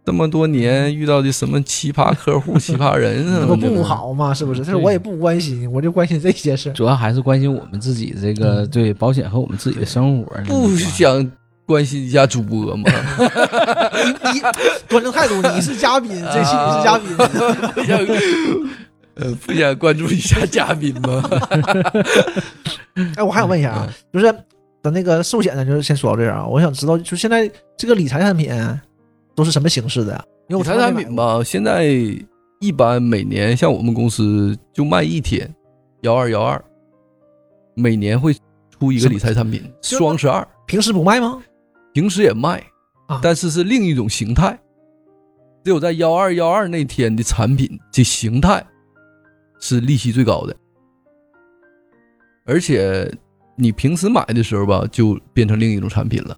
Speaker 4: 这么多年遇到的什么奇葩客户、奇葩人啊什
Speaker 3: 我
Speaker 4: 么的。
Speaker 3: 不好嘛，是不是？但是
Speaker 5: 对
Speaker 3: 我也不关心，我就关心这些 事儿。
Speaker 5: 主要还是关心我们自己这个对保险和我们自己的生活。啊
Speaker 4: 不想关心一下主播吗？
Speaker 3: 你端正态度，你是嘉宾，这期你是嘉
Speaker 4: 啊
Speaker 3: 宾，
Speaker 4: 不想，呃，不想关注一下嘉宾 吗？
Speaker 3: 哎，我还想问一下啊，就是咱那个寿险呢，就是先说到这儿啊。我想知道，就现在这个理财产品都是什么形式的呀？因为我
Speaker 4: 理财
Speaker 3: 从来
Speaker 4: 产
Speaker 3: 没
Speaker 4: 品吧，现在一般每年像我们公司就卖一天，幺二幺二，每年会出一个理财产品，
Speaker 3: 就是
Speaker 4: 双十二，
Speaker 3: 买过，平时不卖吗？
Speaker 4: 平时也卖
Speaker 3: 啊，
Speaker 4: 但是是另一种形态。只有在幺二幺二那天的产品这形态是利息最高的，而且你平时买的时候吧，就变成另一种产品了，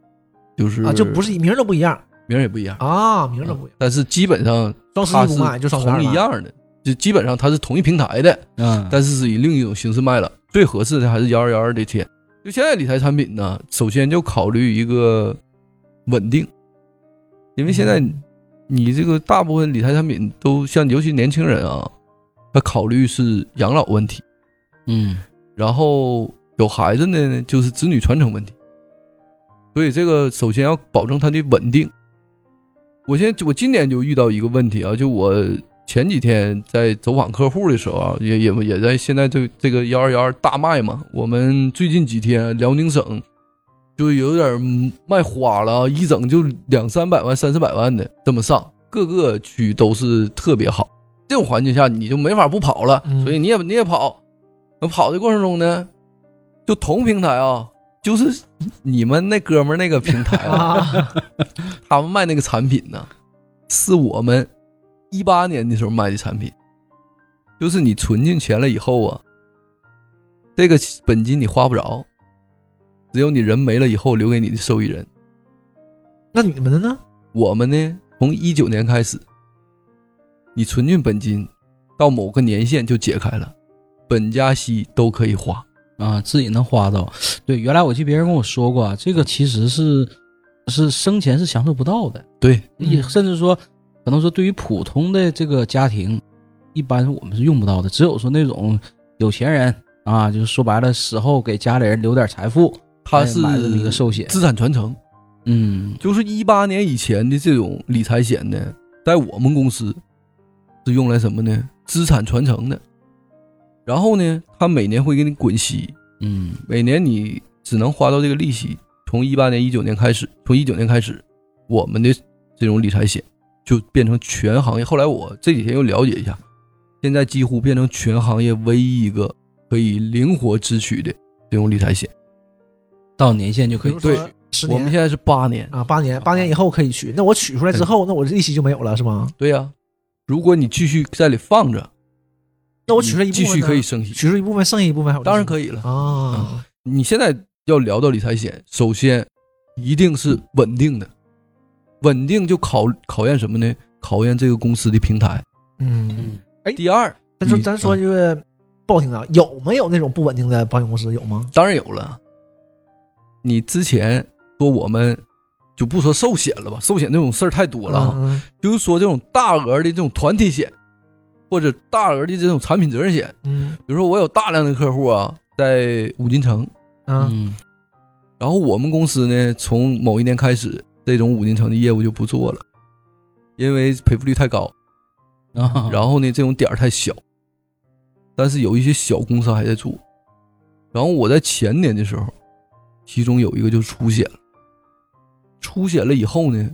Speaker 4: 就是
Speaker 3: 啊，就不是名儿都不一样
Speaker 4: 名儿也不一样，
Speaker 3: 啊，名儿都不一样，
Speaker 4: 但是基本上
Speaker 3: 双十
Speaker 4: 它
Speaker 3: 一
Speaker 4: 是
Speaker 3: 不卖就双十二
Speaker 4: 同一
Speaker 3: 卖
Speaker 4: 样的，就基本上它是同一平台的，
Speaker 5: 嗯，
Speaker 4: 但是是以另一种形式卖了。最合适的还是幺二幺二这天。就现在理财产品呢，首先就考虑一个稳定，因为现在你这个大部分理财产品都像，尤其年轻人啊，他考虑是养老问题，
Speaker 5: 嗯，
Speaker 4: 然后有孩子呢就是子女传承问题，所以这个首先要保证它的稳定。我现在我今年就遇到一个问题啊，就我前几天在走访客户的时候啊，也也也在现在这这个幺二幺二大卖嘛，我们最近几天辽宁省就有点卖花了啊，一整就两三百万、三四百万的这么上，各个区都是特别好。这种环境下你就没法不跑了，
Speaker 3: 嗯
Speaker 4: 所以你也你也跑，那跑的过程中呢，就同平台啊，就是你们那哥们儿那个平台 啊，
Speaker 3: 啊，
Speaker 4: 他们卖那个产品呢，是我们一八年的时候卖的产品，就是你存进钱了以后啊，这个本金你花不着，只有你人没了以后留给你的受益人。
Speaker 3: 那你们的呢？
Speaker 4: 我们呢，从一九年开始，你存进本金到某个年限就解开了，本加息都可以花。
Speaker 5: 啊，自己能花到。对，原来我记得别人跟我说过啊，这个其实是是生前是享受不到的，
Speaker 4: 对，
Speaker 3: 嗯
Speaker 5: 也甚至说可能说对于普通的这个家庭，一般我们是用不到的。只有说那种有钱人啊，就是说白了，死后给家里人留点财富，
Speaker 4: 它
Speaker 5: 哎
Speaker 4: 是
Speaker 5: 买这么一个寿险
Speaker 4: 资产传承，
Speaker 5: 嗯
Speaker 4: 就是一八年以前的这种理财险呢，在我们公司是用来什么呢？资产传承的。然后呢，它每年会给你滚息，
Speaker 5: 嗯
Speaker 4: 每年你只能花到这个利息。从一八年、一九年开始，从一九年开始，我们的这种理财险就变成全行业。后来我这几天又了解一下，现在几乎变成全行业唯一一个可以灵活支取的这种理财险。
Speaker 5: 到年限就可
Speaker 3: 比
Speaker 5: 以
Speaker 3: 如，说
Speaker 4: 对
Speaker 3: 十
Speaker 4: 我们
Speaker 3: 年
Speaker 4: 现在是八年，
Speaker 3: 啊，八年，八年以后可以取。那我取出来之后，那我利息就没有了，是吗？
Speaker 4: 对呀、如果你继续在里放着，
Speaker 3: 那我取出来一部分
Speaker 4: 继
Speaker 3: 呢
Speaker 4: 续可以升息，
Speaker 3: 取出一部分，剩下一部分还有利息
Speaker 4: 当然可以了。
Speaker 3: 啊。
Speaker 4: 你现在要聊到理财险，首先一定是稳定的，稳定就考考验什么呢？考验这个公司的平台。
Speaker 3: 嗯，
Speaker 4: 第二，
Speaker 3: 咱说
Speaker 4: 你啊
Speaker 3: 咱说这个不好听的，啊有没有那种不稳定的保险公司？有吗？
Speaker 4: 当然有了。你之前说我们就不说寿险了吧，寿险这种事儿太多了啊。
Speaker 3: 嗯，
Speaker 4: 就是说这种大额的这种团体险，或者大额的这种产品责任险，
Speaker 3: 嗯
Speaker 4: 比如说我有大量的客户啊，在五金城，
Speaker 3: 啊
Speaker 5: 嗯
Speaker 4: 然后我们公司呢，从某一年开始，这种五金城的业务就不做了，因为赔付率太高，
Speaker 5: 啊，
Speaker 4: 然后呢，这种点儿太小。但是有一些小公司还在做。然后我在前年的时候，其中有一个就出险了。出险了以后呢，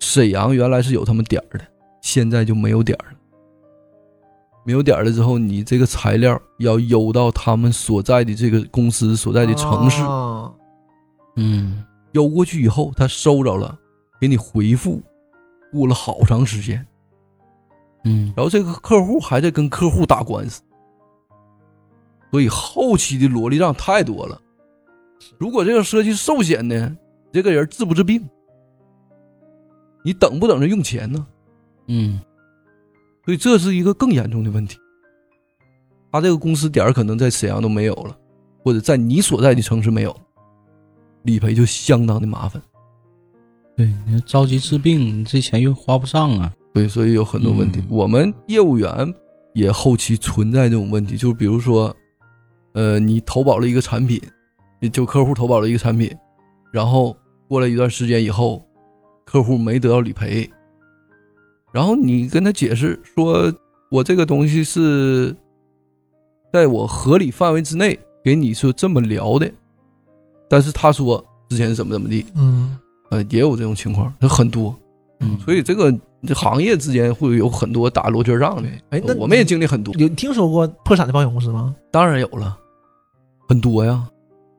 Speaker 4: 沈阳原来是有他们点儿的，现在就没有点儿了。没有点儿了之后，你这个材料要邮到他们所在的这个公司所在的城市，
Speaker 3: 啊
Speaker 5: 嗯
Speaker 4: 邮过去以后，他收着了，给你回复，过了好长时间，
Speaker 5: 嗯
Speaker 4: 然后这个客户还在跟客户打官司，所以后期的萝莉账太多了。如果这个涉及寿险呢，这个人治不治病，你等不等着用钱呢？
Speaker 5: 嗯
Speaker 4: 所以这是一个更严重的问题。他这个公司点儿可能在沈阳都没有了，或者在你所在的城市没有，理赔就相当的麻烦。
Speaker 5: 对，你着急治病，你这钱又花不上啊，
Speaker 4: 对，所以有很多问题。
Speaker 5: 嗯
Speaker 4: 我们业务员也后期存在这种问题，就是比如说，呃，你投保了一个产品，也就客户投保了一个产品，然后过了一段时间以后，客户没得到理赔，然后你跟他解释说，我这个东西是在我合理范围之内给你说这么聊的，但是他说之前是怎么怎么地，
Speaker 3: 嗯，
Speaker 4: 呃，也有这种情况，它很多。
Speaker 5: 嗯，
Speaker 4: 所以这个这行业之间会有很多打螺旋仗的。
Speaker 3: 哎，那
Speaker 4: 我们也经历很多，
Speaker 3: 有你听说过破产的保险公司吗？
Speaker 4: 当然有了，很多呀，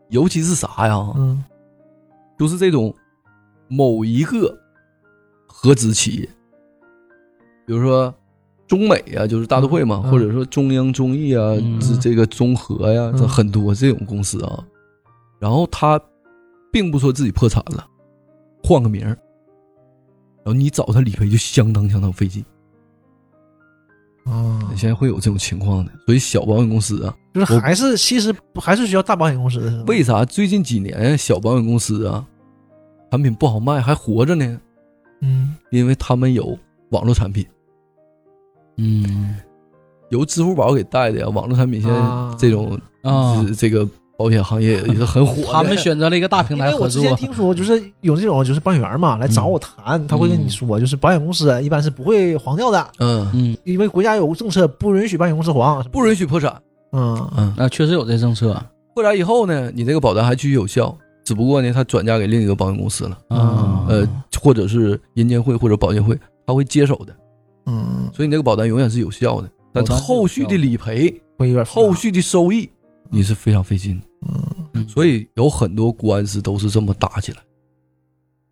Speaker 4: 尤其是啥呀，
Speaker 3: 嗯
Speaker 4: 就是这种某一个合资企业，比如说中美啊，就是大都会嘛，
Speaker 3: 嗯
Speaker 4: 或者说中央中意啊，
Speaker 5: 嗯
Speaker 4: 这这个中核呀、
Speaker 3: 嗯
Speaker 4: 这很多这种公司啊，然后他并不说自己破产了，换个名儿，然后你找他理赔就相当相当费劲。
Speaker 3: 啊，
Speaker 4: 现在会有这种情况的，所以小保险公司啊，
Speaker 3: 就是还是其实还是需要大保险公司的。是吧
Speaker 4: 为啥最近几年小保险公司啊产品不好卖还活着呢？
Speaker 3: 嗯
Speaker 4: 因为他们有网络产品，
Speaker 5: 嗯
Speaker 4: 由支付宝给带的呀。网络产品现在
Speaker 3: 啊
Speaker 4: 这种、
Speaker 5: 啊，
Speaker 4: 是这个保险行业 也是很火的。
Speaker 5: 他们选择了一个大平
Speaker 3: 因
Speaker 5: 台
Speaker 3: 为我
Speaker 5: 合
Speaker 3: 之
Speaker 5: 作，
Speaker 4: 啊
Speaker 5: 啊
Speaker 3: 前听说，就是有这种就是保险员嘛来
Speaker 4: 嗯
Speaker 3: 找我谈，他会跟你说，就是保险公司啊一般是不会黄掉的，
Speaker 4: 嗯，
Speaker 5: 嗯，
Speaker 3: 因为国家有政策不允许保险公司黄。
Speaker 4: 不允许破产。
Speaker 3: 嗯
Speaker 4: 嗯，
Speaker 5: 啊，确实有这政策
Speaker 4: 破产以后呢，你这个保单还继续有效，只不过呢，它转嫁给另一个保险公司了，
Speaker 3: 嗯
Speaker 5: 啊，
Speaker 4: 呃，或者是银监会或者保监会，他会接手的，
Speaker 3: 嗯，
Speaker 4: 所以你这个保单永远是有效的。但
Speaker 5: 保单是有
Speaker 4: 后续
Speaker 5: 效
Speaker 4: 的
Speaker 5: 的
Speaker 4: 理赔
Speaker 3: 会有点
Speaker 4: 后续的收益，你是非常费劲的。
Speaker 5: 嗯
Speaker 4: 所以有很多官司都是这么打起来，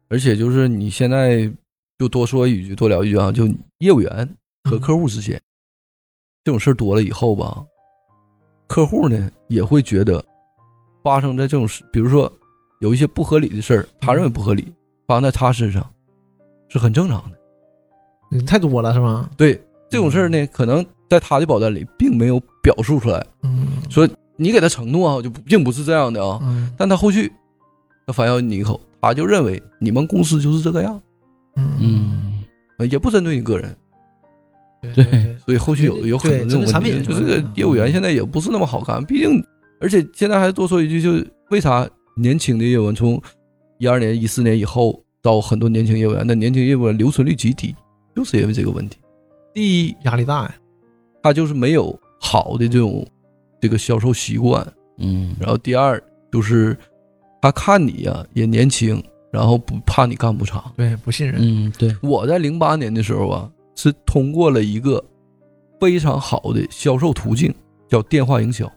Speaker 4: 而且就是你现在就多说一句，多聊一句啊，就业务员和客户之间、这种事儿多了以后吧，客户呢也会觉得发生在这种事，比如说有一些不合理的事儿，他认为不合理，发生在他身上是很正常的。
Speaker 3: 嗯太多了是吗？
Speaker 4: 对这种事儿呢，可能在他的保单里并没有表述出来，
Speaker 3: 嗯
Speaker 4: 说你给他承诺啊，就不并不是这样的啊。
Speaker 3: 嗯
Speaker 4: 但他后续他反咬你一口，他就认为你们公司就是这个样，
Speaker 5: 嗯，
Speaker 4: 呃也不针对你个人，
Speaker 3: 对
Speaker 5: 对
Speaker 4: 所以后续有有很多
Speaker 3: 对
Speaker 4: 这
Speaker 3: 针对
Speaker 4: 种问
Speaker 3: 产
Speaker 4: 题。
Speaker 3: 品嗯
Speaker 4: 就这个业务员现在也不是那呃么好干，毕竟而且现在还多说一句，就是为啥年轻的业务员从一二年、一四年以后到很多年轻业务员，那年轻业务员留存率极低，就是因为这个问题。第一，
Speaker 3: 压力大呀。
Speaker 4: 他就是没有好的这种这个销售习惯，
Speaker 5: 嗯，
Speaker 4: 然后第二就是他看你呀、啊也年轻，然后不怕你干不长。
Speaker 3: 对，不信任。
Speaker 5: 嗯，对，
Speaker 4: 我在零八年的时候啊，是通过了一个非常好的销售途径，叫电话营销。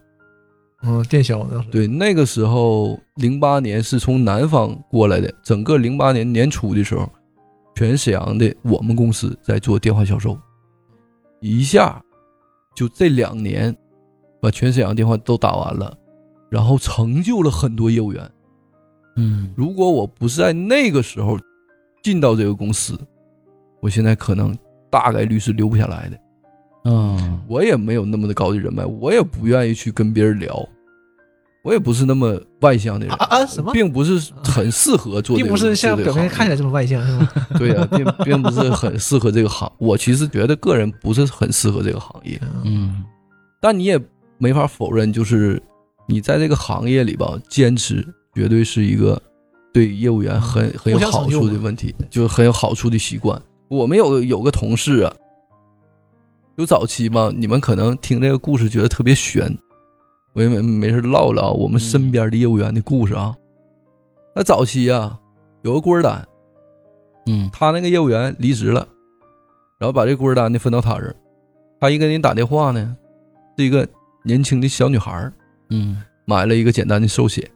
Speaker 3: 嗯，电销当时。
Speaker 4: 对，那个时候零八年是从南方过来的，整个零八年年初的时候，全沈阳的我们公司在做电话销售，一下就这两年把全沈阳电话都打完了，然后成就了很多业务员。
Speaker 5: 嗯，
Speaker 4: 如果我不是在那个时候进到这个公司，我现在可能大概率是留不下来的。
Speaker 5: 嗯，
Speaker 4: 我也没有那么的高的人脉，我也不愿意去跟别人聊，我也不是那么外向的人
Speaker 3: 啊啊什么
Speaker 4: 并不是很适合做
Speaker 3: 并
Speaker 4: 这个，
Speaker 3: 不是像
Speaker 4: 做这
Speaker 3: 表
Speaker 4: 个行
Speaker 3: 面
Speaker 4: 业
Speaker 3: 看起来这么外向，是吗？
Speaker 4: 对呀、并并不是很适合这个行。我其实觉得个人不是很适合这个行业，
Speaker 5: 嗯，
Speaker 4: 但你也没法否认，就是你在这个行业里吧，坚持绝对是一个对业务员很很有
Speaker 3: 互相
Speaker 4: 好
Speaker 3: 成就
Speaker 4: 处的
Speaker 3: 嘛
Speaker 4: 问题，就是很有好处的习惯。我们有有个同事啊，就早期嘛，你们可能听这个故事觉得特别悬，我也没没事唠唠我们
Speaker 3: 嗯
Speaker 4: 身边的业务员的故事啊。那早期啊，有个官儿单，
Speaker 5: 嗯，
Speaker 4: 他那个业务员离职了，然后把这孤儿单呢分到他这儿。他一给你打电话呢，是一个年轻的小女孩儿
Speaker 5: 嗯，
Speaker 4: 买了一个简单的寿险。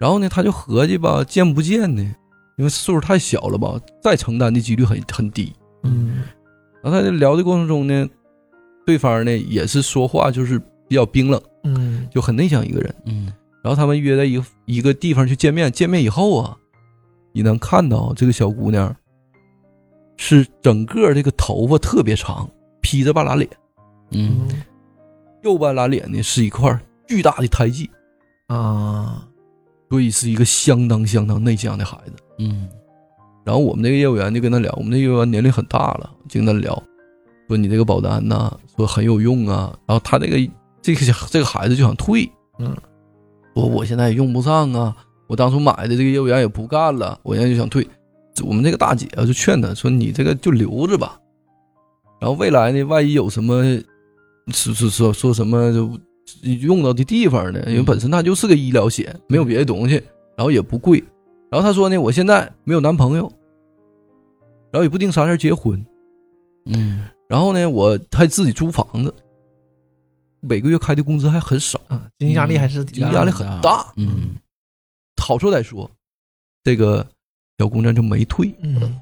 Speaker 4: 然后呢，他就合计吧，见不见呢？因为岁数太小了吧，再承担的几率很很低。
Speaker 3: 嗯，
Speaker 4: 然后他在聊的过程中呢，对方呢也是说话就是比较冰冷，
Speaker 3: 嗯，
Speaker 4: 就很内向一个人。
Speaker 5: 嗯，
Speaker 4: 然后他们约在一个一个地方去见面。见面以后啊，你能看到这个小姑娘是整个这个头发特别长，披着半拉脸，
Speaker 5: 嗯，
Speaker 4: 右半拉脸呢是一块巨大的胎记，
Speaker 3: 啊，
Speaker 4: 所以是一个相当相当内向的孩子。
Speaker 5: 嗯，
Speaker 4: 然后我们这个业务员就跟他聊，我们这个业务员年龄很大了，就跟他聊，说你这个保单呐、说很有用啊。然后他这个这个这个孩子就想退，
Speaker 3: 嗯，
Speaker 4: 说我现在也用不上啊，我当初买的这个业务员也不干了，我现在就想退。我们这个大姐啊就劝他说你这个就留着吧，然后未来呢，万一有什么说说说说什么就用到的地方呢，因为本身它就是个医疗险，没有别的东西，然后也不贵。然后他说呢，我现在没有男朋友，然后也不定啥时候结婚，
Speaker 5: 嗯，
Speaker 4: 然后呢，我还自己租房子，每个月开的工资还很少，
Speaker 3: 啊，经济压力还是挺
Speaker 4: 经济
Speaker 3: 大
Speaker 4: 压
Speaker 3: 的
Speaker 4: 力很大。
Speaker 5: 嗯，
Speaker 4: 好处歹说，这个小姑娘就没退。
Speaker 3: 嗯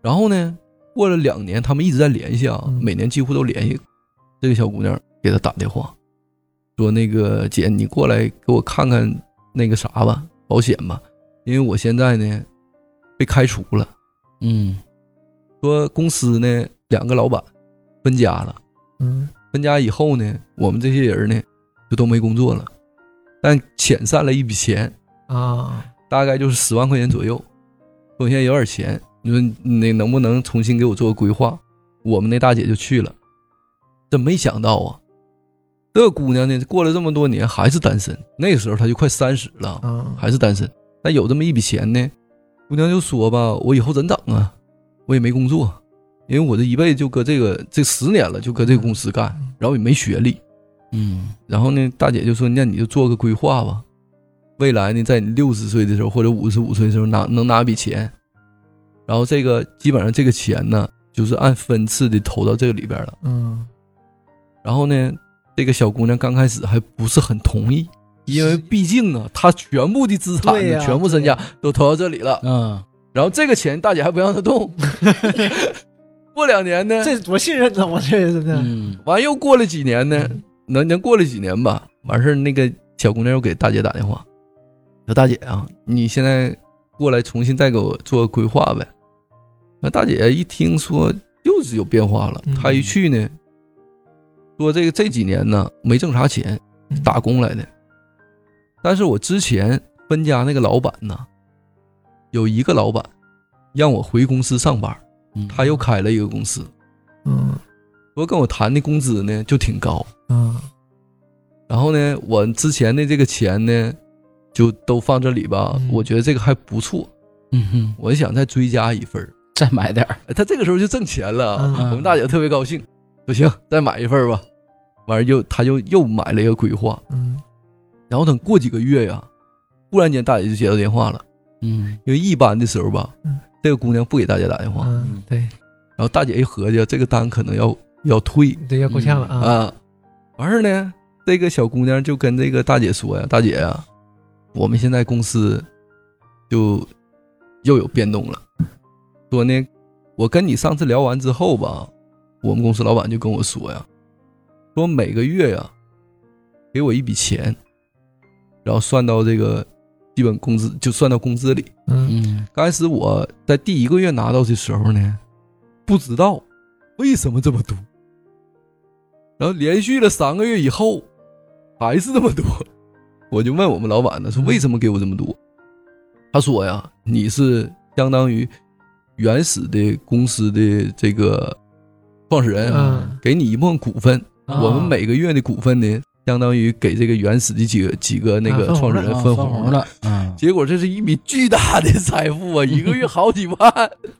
Speaker 4: 然后呢，过了两年，他们一直在联系啊，
Speaker 3: 嗯
Speaker 4: 每年几乎都联系。这个小姑娘给他打电话，说：“那个姐，你过来给我看看那个啥吧，保险吧，因为我现在呢被开除了。
Speaker 5: 嗯，
Speaker 4: 说公司呢两个老板分家了，
Speaker 3: 嗯
Speaker 4: 分家以后呢，我们这些人呢就都没工作了，但遣散了一笔钱，
Speaker 3: 啊，
Speaker 4: 大概就是十万块钱左右。说我现在有点钱，你说你那能不能重新给我做个规划？我们那大姐就去了，真没想到啊，这姑娘呢，过了这么多年还是单身。那个时候她就快三十了，
Speaker 3: 啊，
Speaker 4: 还是单身。但有这么一笔钱呢，姑娘就说吧，我以后怎整啊？我也没工作，因为我这一辈子就搁这个这十年了，就搁这个公司干，然后也没学历。
Speaker 5: 嗯，
Speaker 4: 然后呢，大姐就说：“那你就做个规划吧，未来呢，在你六十岁的时候或者五十五岁的时候拿能拿一笔钱，然后这个基本上这个钱呢，就是按分次的投到这个里边了。
Speaker 3: 嗯，
Speaker 4: 然后呢，这个小姑娘刚开始还不是很同意，因为毕竟啊，她全部的资产
Speaker 3: 对呀
Speaker 4: 呢、全部身家都投到这里了，
Speaker 5: 啊，
Speaker 4: 然后这个钱大姐还不让 她动。过两年呢，
Speaker 3: 这多信任呢，我这真的，
Speaker 5: 嗯，
Speaker 4: 完又过了几年呢，能能过了几年吧，完事儿那个小姑娘又给大姐打电话，说大姐啊，你现在过来重新再给我做规划呗。那大姐一听说就是有变化了
Speaker 3: 嗯，
Speaker 4: 她一去呢，说这个这几年呢没挣啥钱，打工来的，但是我之前分家那个老板呢，有一个老板让我回公司上班，他又开了一个公司，
Speaker 3: 嗯
Speaker 4: 说跟我谈的工资呢就挺高，
Speaker 3: 啊
Speaker 4: 然后呢，我之前的这个钱呢，就都放这里吧
Speaker 3: 嗯。
Speaker 4: 我觉得这个还不错，
Speaker 5: 嗯哼，
Speaker 4: 我想再追加一份儿。
Speaker 5: 再买点儿，
Speaker 4: 哎他这个时候就挣钱了，
Speaker 3: 嗯
Speaker 4: 我们大姐特别高兴，说行，再买一份儿吧。完了又他又又买了一个规划，
Speaker 3: 嗯
Speaker 4: 然后等过几个月呀，忽然间大姐就接到电话了，
Speaker 5: 嗯，
Speaker 4: 因为一般的时候吧
Speaker 3: 嗯，
Speaker 4: 这个姑娘不给大姐打电话，
Speaker 3: 嗯，对，
Speaker 4: 然后大姐一合计，这个单可能要要退
Speaker 3: 对，要够呛了啊，
Speaker 4: 啊。完事儿呢，这个小姑娘就跟这个大姐说呀：“大姐呀，我们现在公司就又有变动了。说呢，我跟你上次聊完之后吧，我们公司老板就跟我说呀，说每个月呀，给我一笔钱，然后算到这个基本工资，就算到工资里。
Speaker 3: 嗯
Speaker 5: 嗯
Speaker 4: 刚开始我在第一个月拿到的时候呢，不知道为什么这么多，然后连续了三个月以后，还是这么多，我就问我们老板呢，说为什么给我这么多？他说呀，你是相当于原始的公司的这个创始人，
Speaker 3: 嗯
Speaker 4: 给你一部分股份，
Speaker 5: 啊
Speaker 4: 我们每个月的股份呢，相当于给这个原始的几个几个那
Speaker 3: 啊
Speaker 4: 个
Speaker 3: 分红
Speaker 4: 创始
Speaker 3: 了
Speaker 4: 人
Speaker 5: 啊
Speaker 4: 分
Speaker 5: 分
Speaker 4: 红
Speaker 5: 红了，嗯，
Speaker 4: 结果这是一笔巨大的财富 啊，一个月好几万。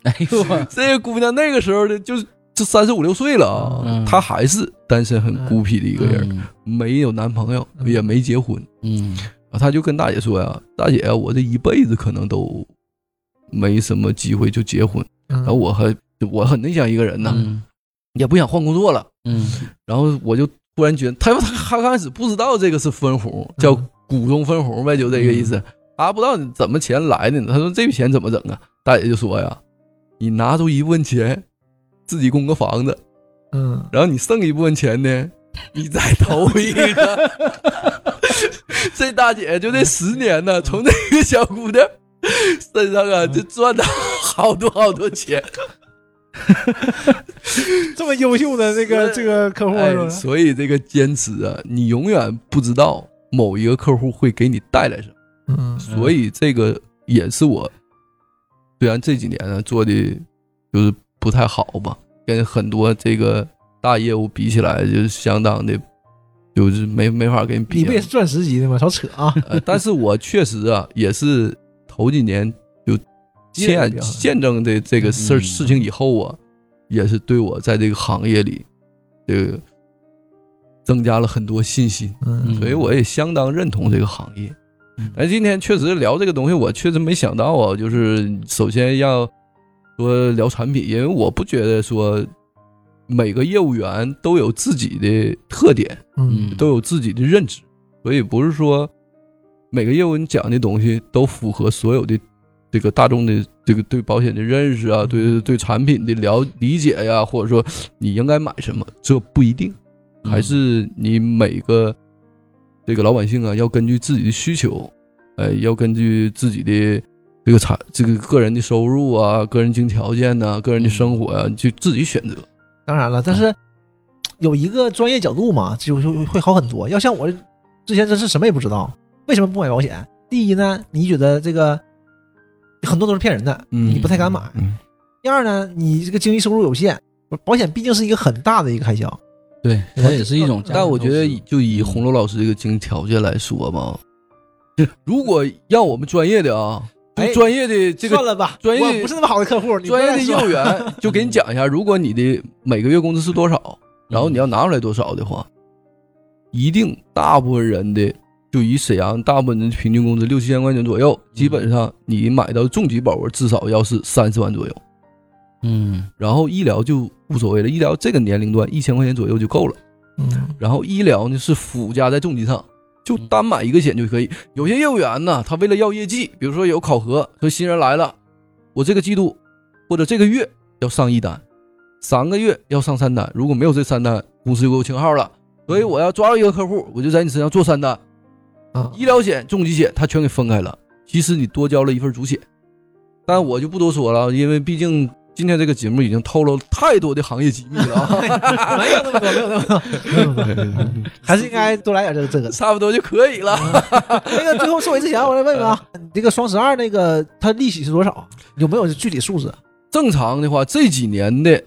Speaker 5: 哎呦我，
Speaker 4: 这个姑娘那个时候的就就三十五六岁了啊
Speaker 5: 嗯，
Speaker 4: 她还是单身很孤僻的一个人，没有男朋友，
Speaker 3: 嗯
Speaker 4: 也没结婚。
Speaker 5: 嗯，
Speaker 4: 啊她就跟大姐说呀：“大姐啊，我这一辈子可能都没什么机会就结婚，
Speaker 3: 然
Speaker 4: 然后我还我很内向一个人呢，
Speaker 5: 嗯
Speaker 4: 也不想换工作了。
Speaker 5: 嗯
Speaker 4: 然后我就突然觉得，他他他刚开始不知道这个是分红，叫股东分红呗，就这个意思。他不知道怎么钱来的呢，他说这笔钱怎么整啊？大姐就说呀，你拿出一部分钱，自己供个房子，
Speaker 3: 嗯
Speaker 4: 然后你剩一部分钱呢，你再投一个。 这大姐就这十年呢，从这个小姑娘身上啊，就赚到好多好多钱。
Speaker 3: 这么优秀的这个这个客户
Speaker 4: 哎，所以这个坚持啊，你永远不知道某一个客户会给你带来什么，
Speaker 3: 嗯
Speaker 4: 所以这个也是我虽然这几年呢做的就是不太好吧，跟很多这个大业务比起来，就是相当的，就是没没法跟你比
Speaker 3: 你
Speaker 4: 啊
Speaker 3: 不也。是钻石级的吗？少扯啊，
Speaker 4: 呃但是我确实啊，也是头几年就
Speaker 3: 见
Speaker 4: 见
Speaker 3: 识比较好
Speaker 4: 见证的这个事儿
Speaker 5: 嗯
Speaker 4: 事情以后啊，也是对我在这个行业里，这个增加了很多信心，
Speaker 3: 嗯
Speaker 4: 所以我也相当认同这个行业
Speaker 5: 嗯。
Speaker 4: 但今天确实聊这个东西，我确实没想到啊，就是首先要说聊产品，因为我不觉得说每个业务员都有自己的特点，
Speaker 3: 嗯
Speaker 5: 嗯，
Speaker 4: 都有自己的认知，所以不是说每个业务你讲的东西都符合所有的这个大众的这个对保险的认识啊，对对产品的了理解呀、或者说你应该买什么，这不一定，还是你每个这个老百姓啊，要根据自己的需求，呃，要根据自己的。这个产这个个人的收入啊，个人经济条件呐、个人的生活啊，你去自己选择。
Speaker 3: 当然了，但是有一个专业角度嘛，就就会好很多。要像我之前真是什么也不知道，为什么不买保险？第一呢，你觉得这个很多都是骗人的，
Speaker 4: 嗯
Speaker 3: 你不太敢买；
Speaker 4: 嗯
Speaker 3: 第二呢，你这个经济收入有限，保险毕竟是一个很大的一个开销。
Speaker 5: 对，它也是一种价值投资，
Speaker 4: 但我觉得以就
Speaker 3: 嗯
Speaker 4: 以红楼老师这个经济条件来说吧，如果让我们专业的啊，
Speaker 3: 哎
Speaker 4: 就专业的这
Speaker 3: 算
Speaker 4: 个
Speaker 3: 了吧，
Speaker 4: 专业
Speaker 3: 我不是那么好的客户，你不要
Speaker 4: 专业的业务
Speaker 3: 再说
Speaker 4: 员，就给你讲一下，如果你的每个月工资是多少，然后你要拿出来多少的话，一定大部分人的就以沈阳大部分人的平均工资六七千块钱左右，基本
Speaker 3: 嗯
Speaker 4: 上你买到重疾保额至少要是三十万左右，
Speaker 5: 嗯
Speaker 4: 然后医疗就无所谓了，医疗这个年龄段一千块钱左右就够了。
Speaker 3: 嗯
Speaker 4: 然后医疗呢是附加在重疾上，就单买一个险就可以。有些业务员呢，他为了要业绩，比如说有考核，说新人来了，我这个季度或者这个月要上一单，三个月要上三单，如果没有这三单，公司就给我清号了。所以我要抓到一个客户，我就在你身上做三单，
Speaker 3: 啊，
Speaker 4: 医疗险、重疾险他全给分开了。其实你多交了一份主险，但我就不多说了，因为毕竟今天这个节目已经透露太多的行业机密了啊。
Speaker 3: 没有那么多，没有那么多没有那么多， 还是应该多来点这个这个。
Speaker 4: 差不多就可以了。
Speaker 3: 那个最后收尾之前，我再问问 啊，你这个双十二那个它利息是多少？有没有具体数字？
Speaker 4: 正常的话，这几年的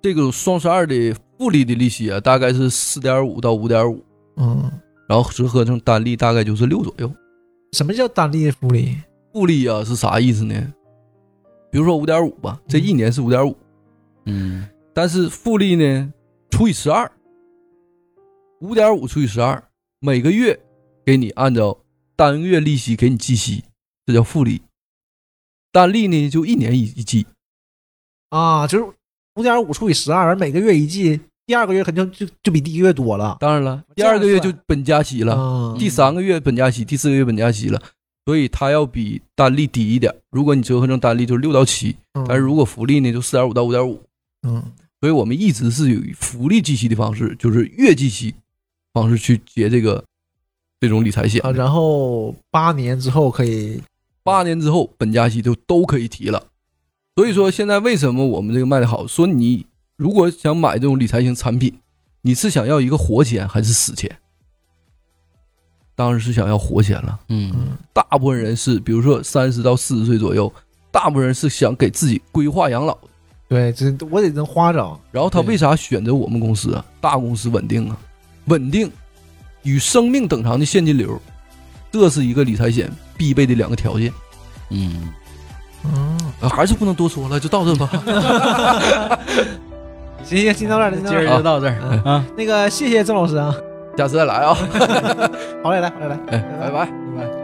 Speaker 4: 这个双十二的复利的利息啊，大概是四点五到五点五，
Speaker 3: 嗯，
Speaker 4: 然后折合成单利大概就是六左右。
Speaker 3: 什么叫单利复利？
Speaker 4: 复利啊是啥意思呢？比如说五点五吧，这一年是五点五，
Speaker 5: 嗯
Speaker 4: 但是复利呢除以十二，五点五除以十二，每个月给你按照单月利息给你计息，这叫复利。单利呢就一年一一计，
Speaker 3: 啊，就是五点五除以十二，每个月一季，第二个月肯定就就比第一个月多了。
Speaker 4: 当然了，第
Speaker 3: 这样
Speaker 4: 二个月就
Speaker 3: 算
Speaker 4: 本加息了，
Speaker 3: 啊，
Speaker 4: 第三个月本加息，第四个月本加息了，所以它要比单利低一点。如果你折合成单利就是六到七，
Speaker 3: 嗯
Speaker 4: 但是如果复利呢就四点五到五点五。
Speaker 3: 嗯
Speaker 4: 所以我们一直是以福利计息的方式，就是月计息方式去结这个这种理财险。
Speaker 3: 啊，然后八年之后可以
Speaker 4: 八年之后本加息就都可以提了。所以说现在为什么我们这个卖的好？说你如果想买这种理财型产品，你是想要一个活钱还是死钱？当然是想要活钱了。
Speaker 5: 嗯
Speaker 4: 大部分人是，比如说三十到四十岁左右，大部分人是想给自己规划养老。
Speaker 3: 对，这我得能花着。
Speaker 4: 然后他
Speaker 5: 对
Speaker 4: 为啥选择我们公司啊？大公司稳定啊，稳定与生命等长的现金流，这是一个理财险必备的两个条件。
Speaker 5: 嗯，
Speaker 3: 嗯，
Speaker 4: 啊还是不能多说了，就 到这吧。
Speaker 3: 行行，今天到这儿，今
Speaker 5: 今
Speaker 3: 天到
Speaker 5: 儿
Speaker 3: 这
Speaker 5: 就
Speaker 3: 儿。
Speaker 5: 到这儿啊，
Speaker 3: 那个，谢谢郑老师啊，
Speaker 4: 下次再来啊，
Speaker 3: 好嘞，来，好嘞，来，
Speaker 4: 哎，拜拜。
Speaker 5: 拜拜。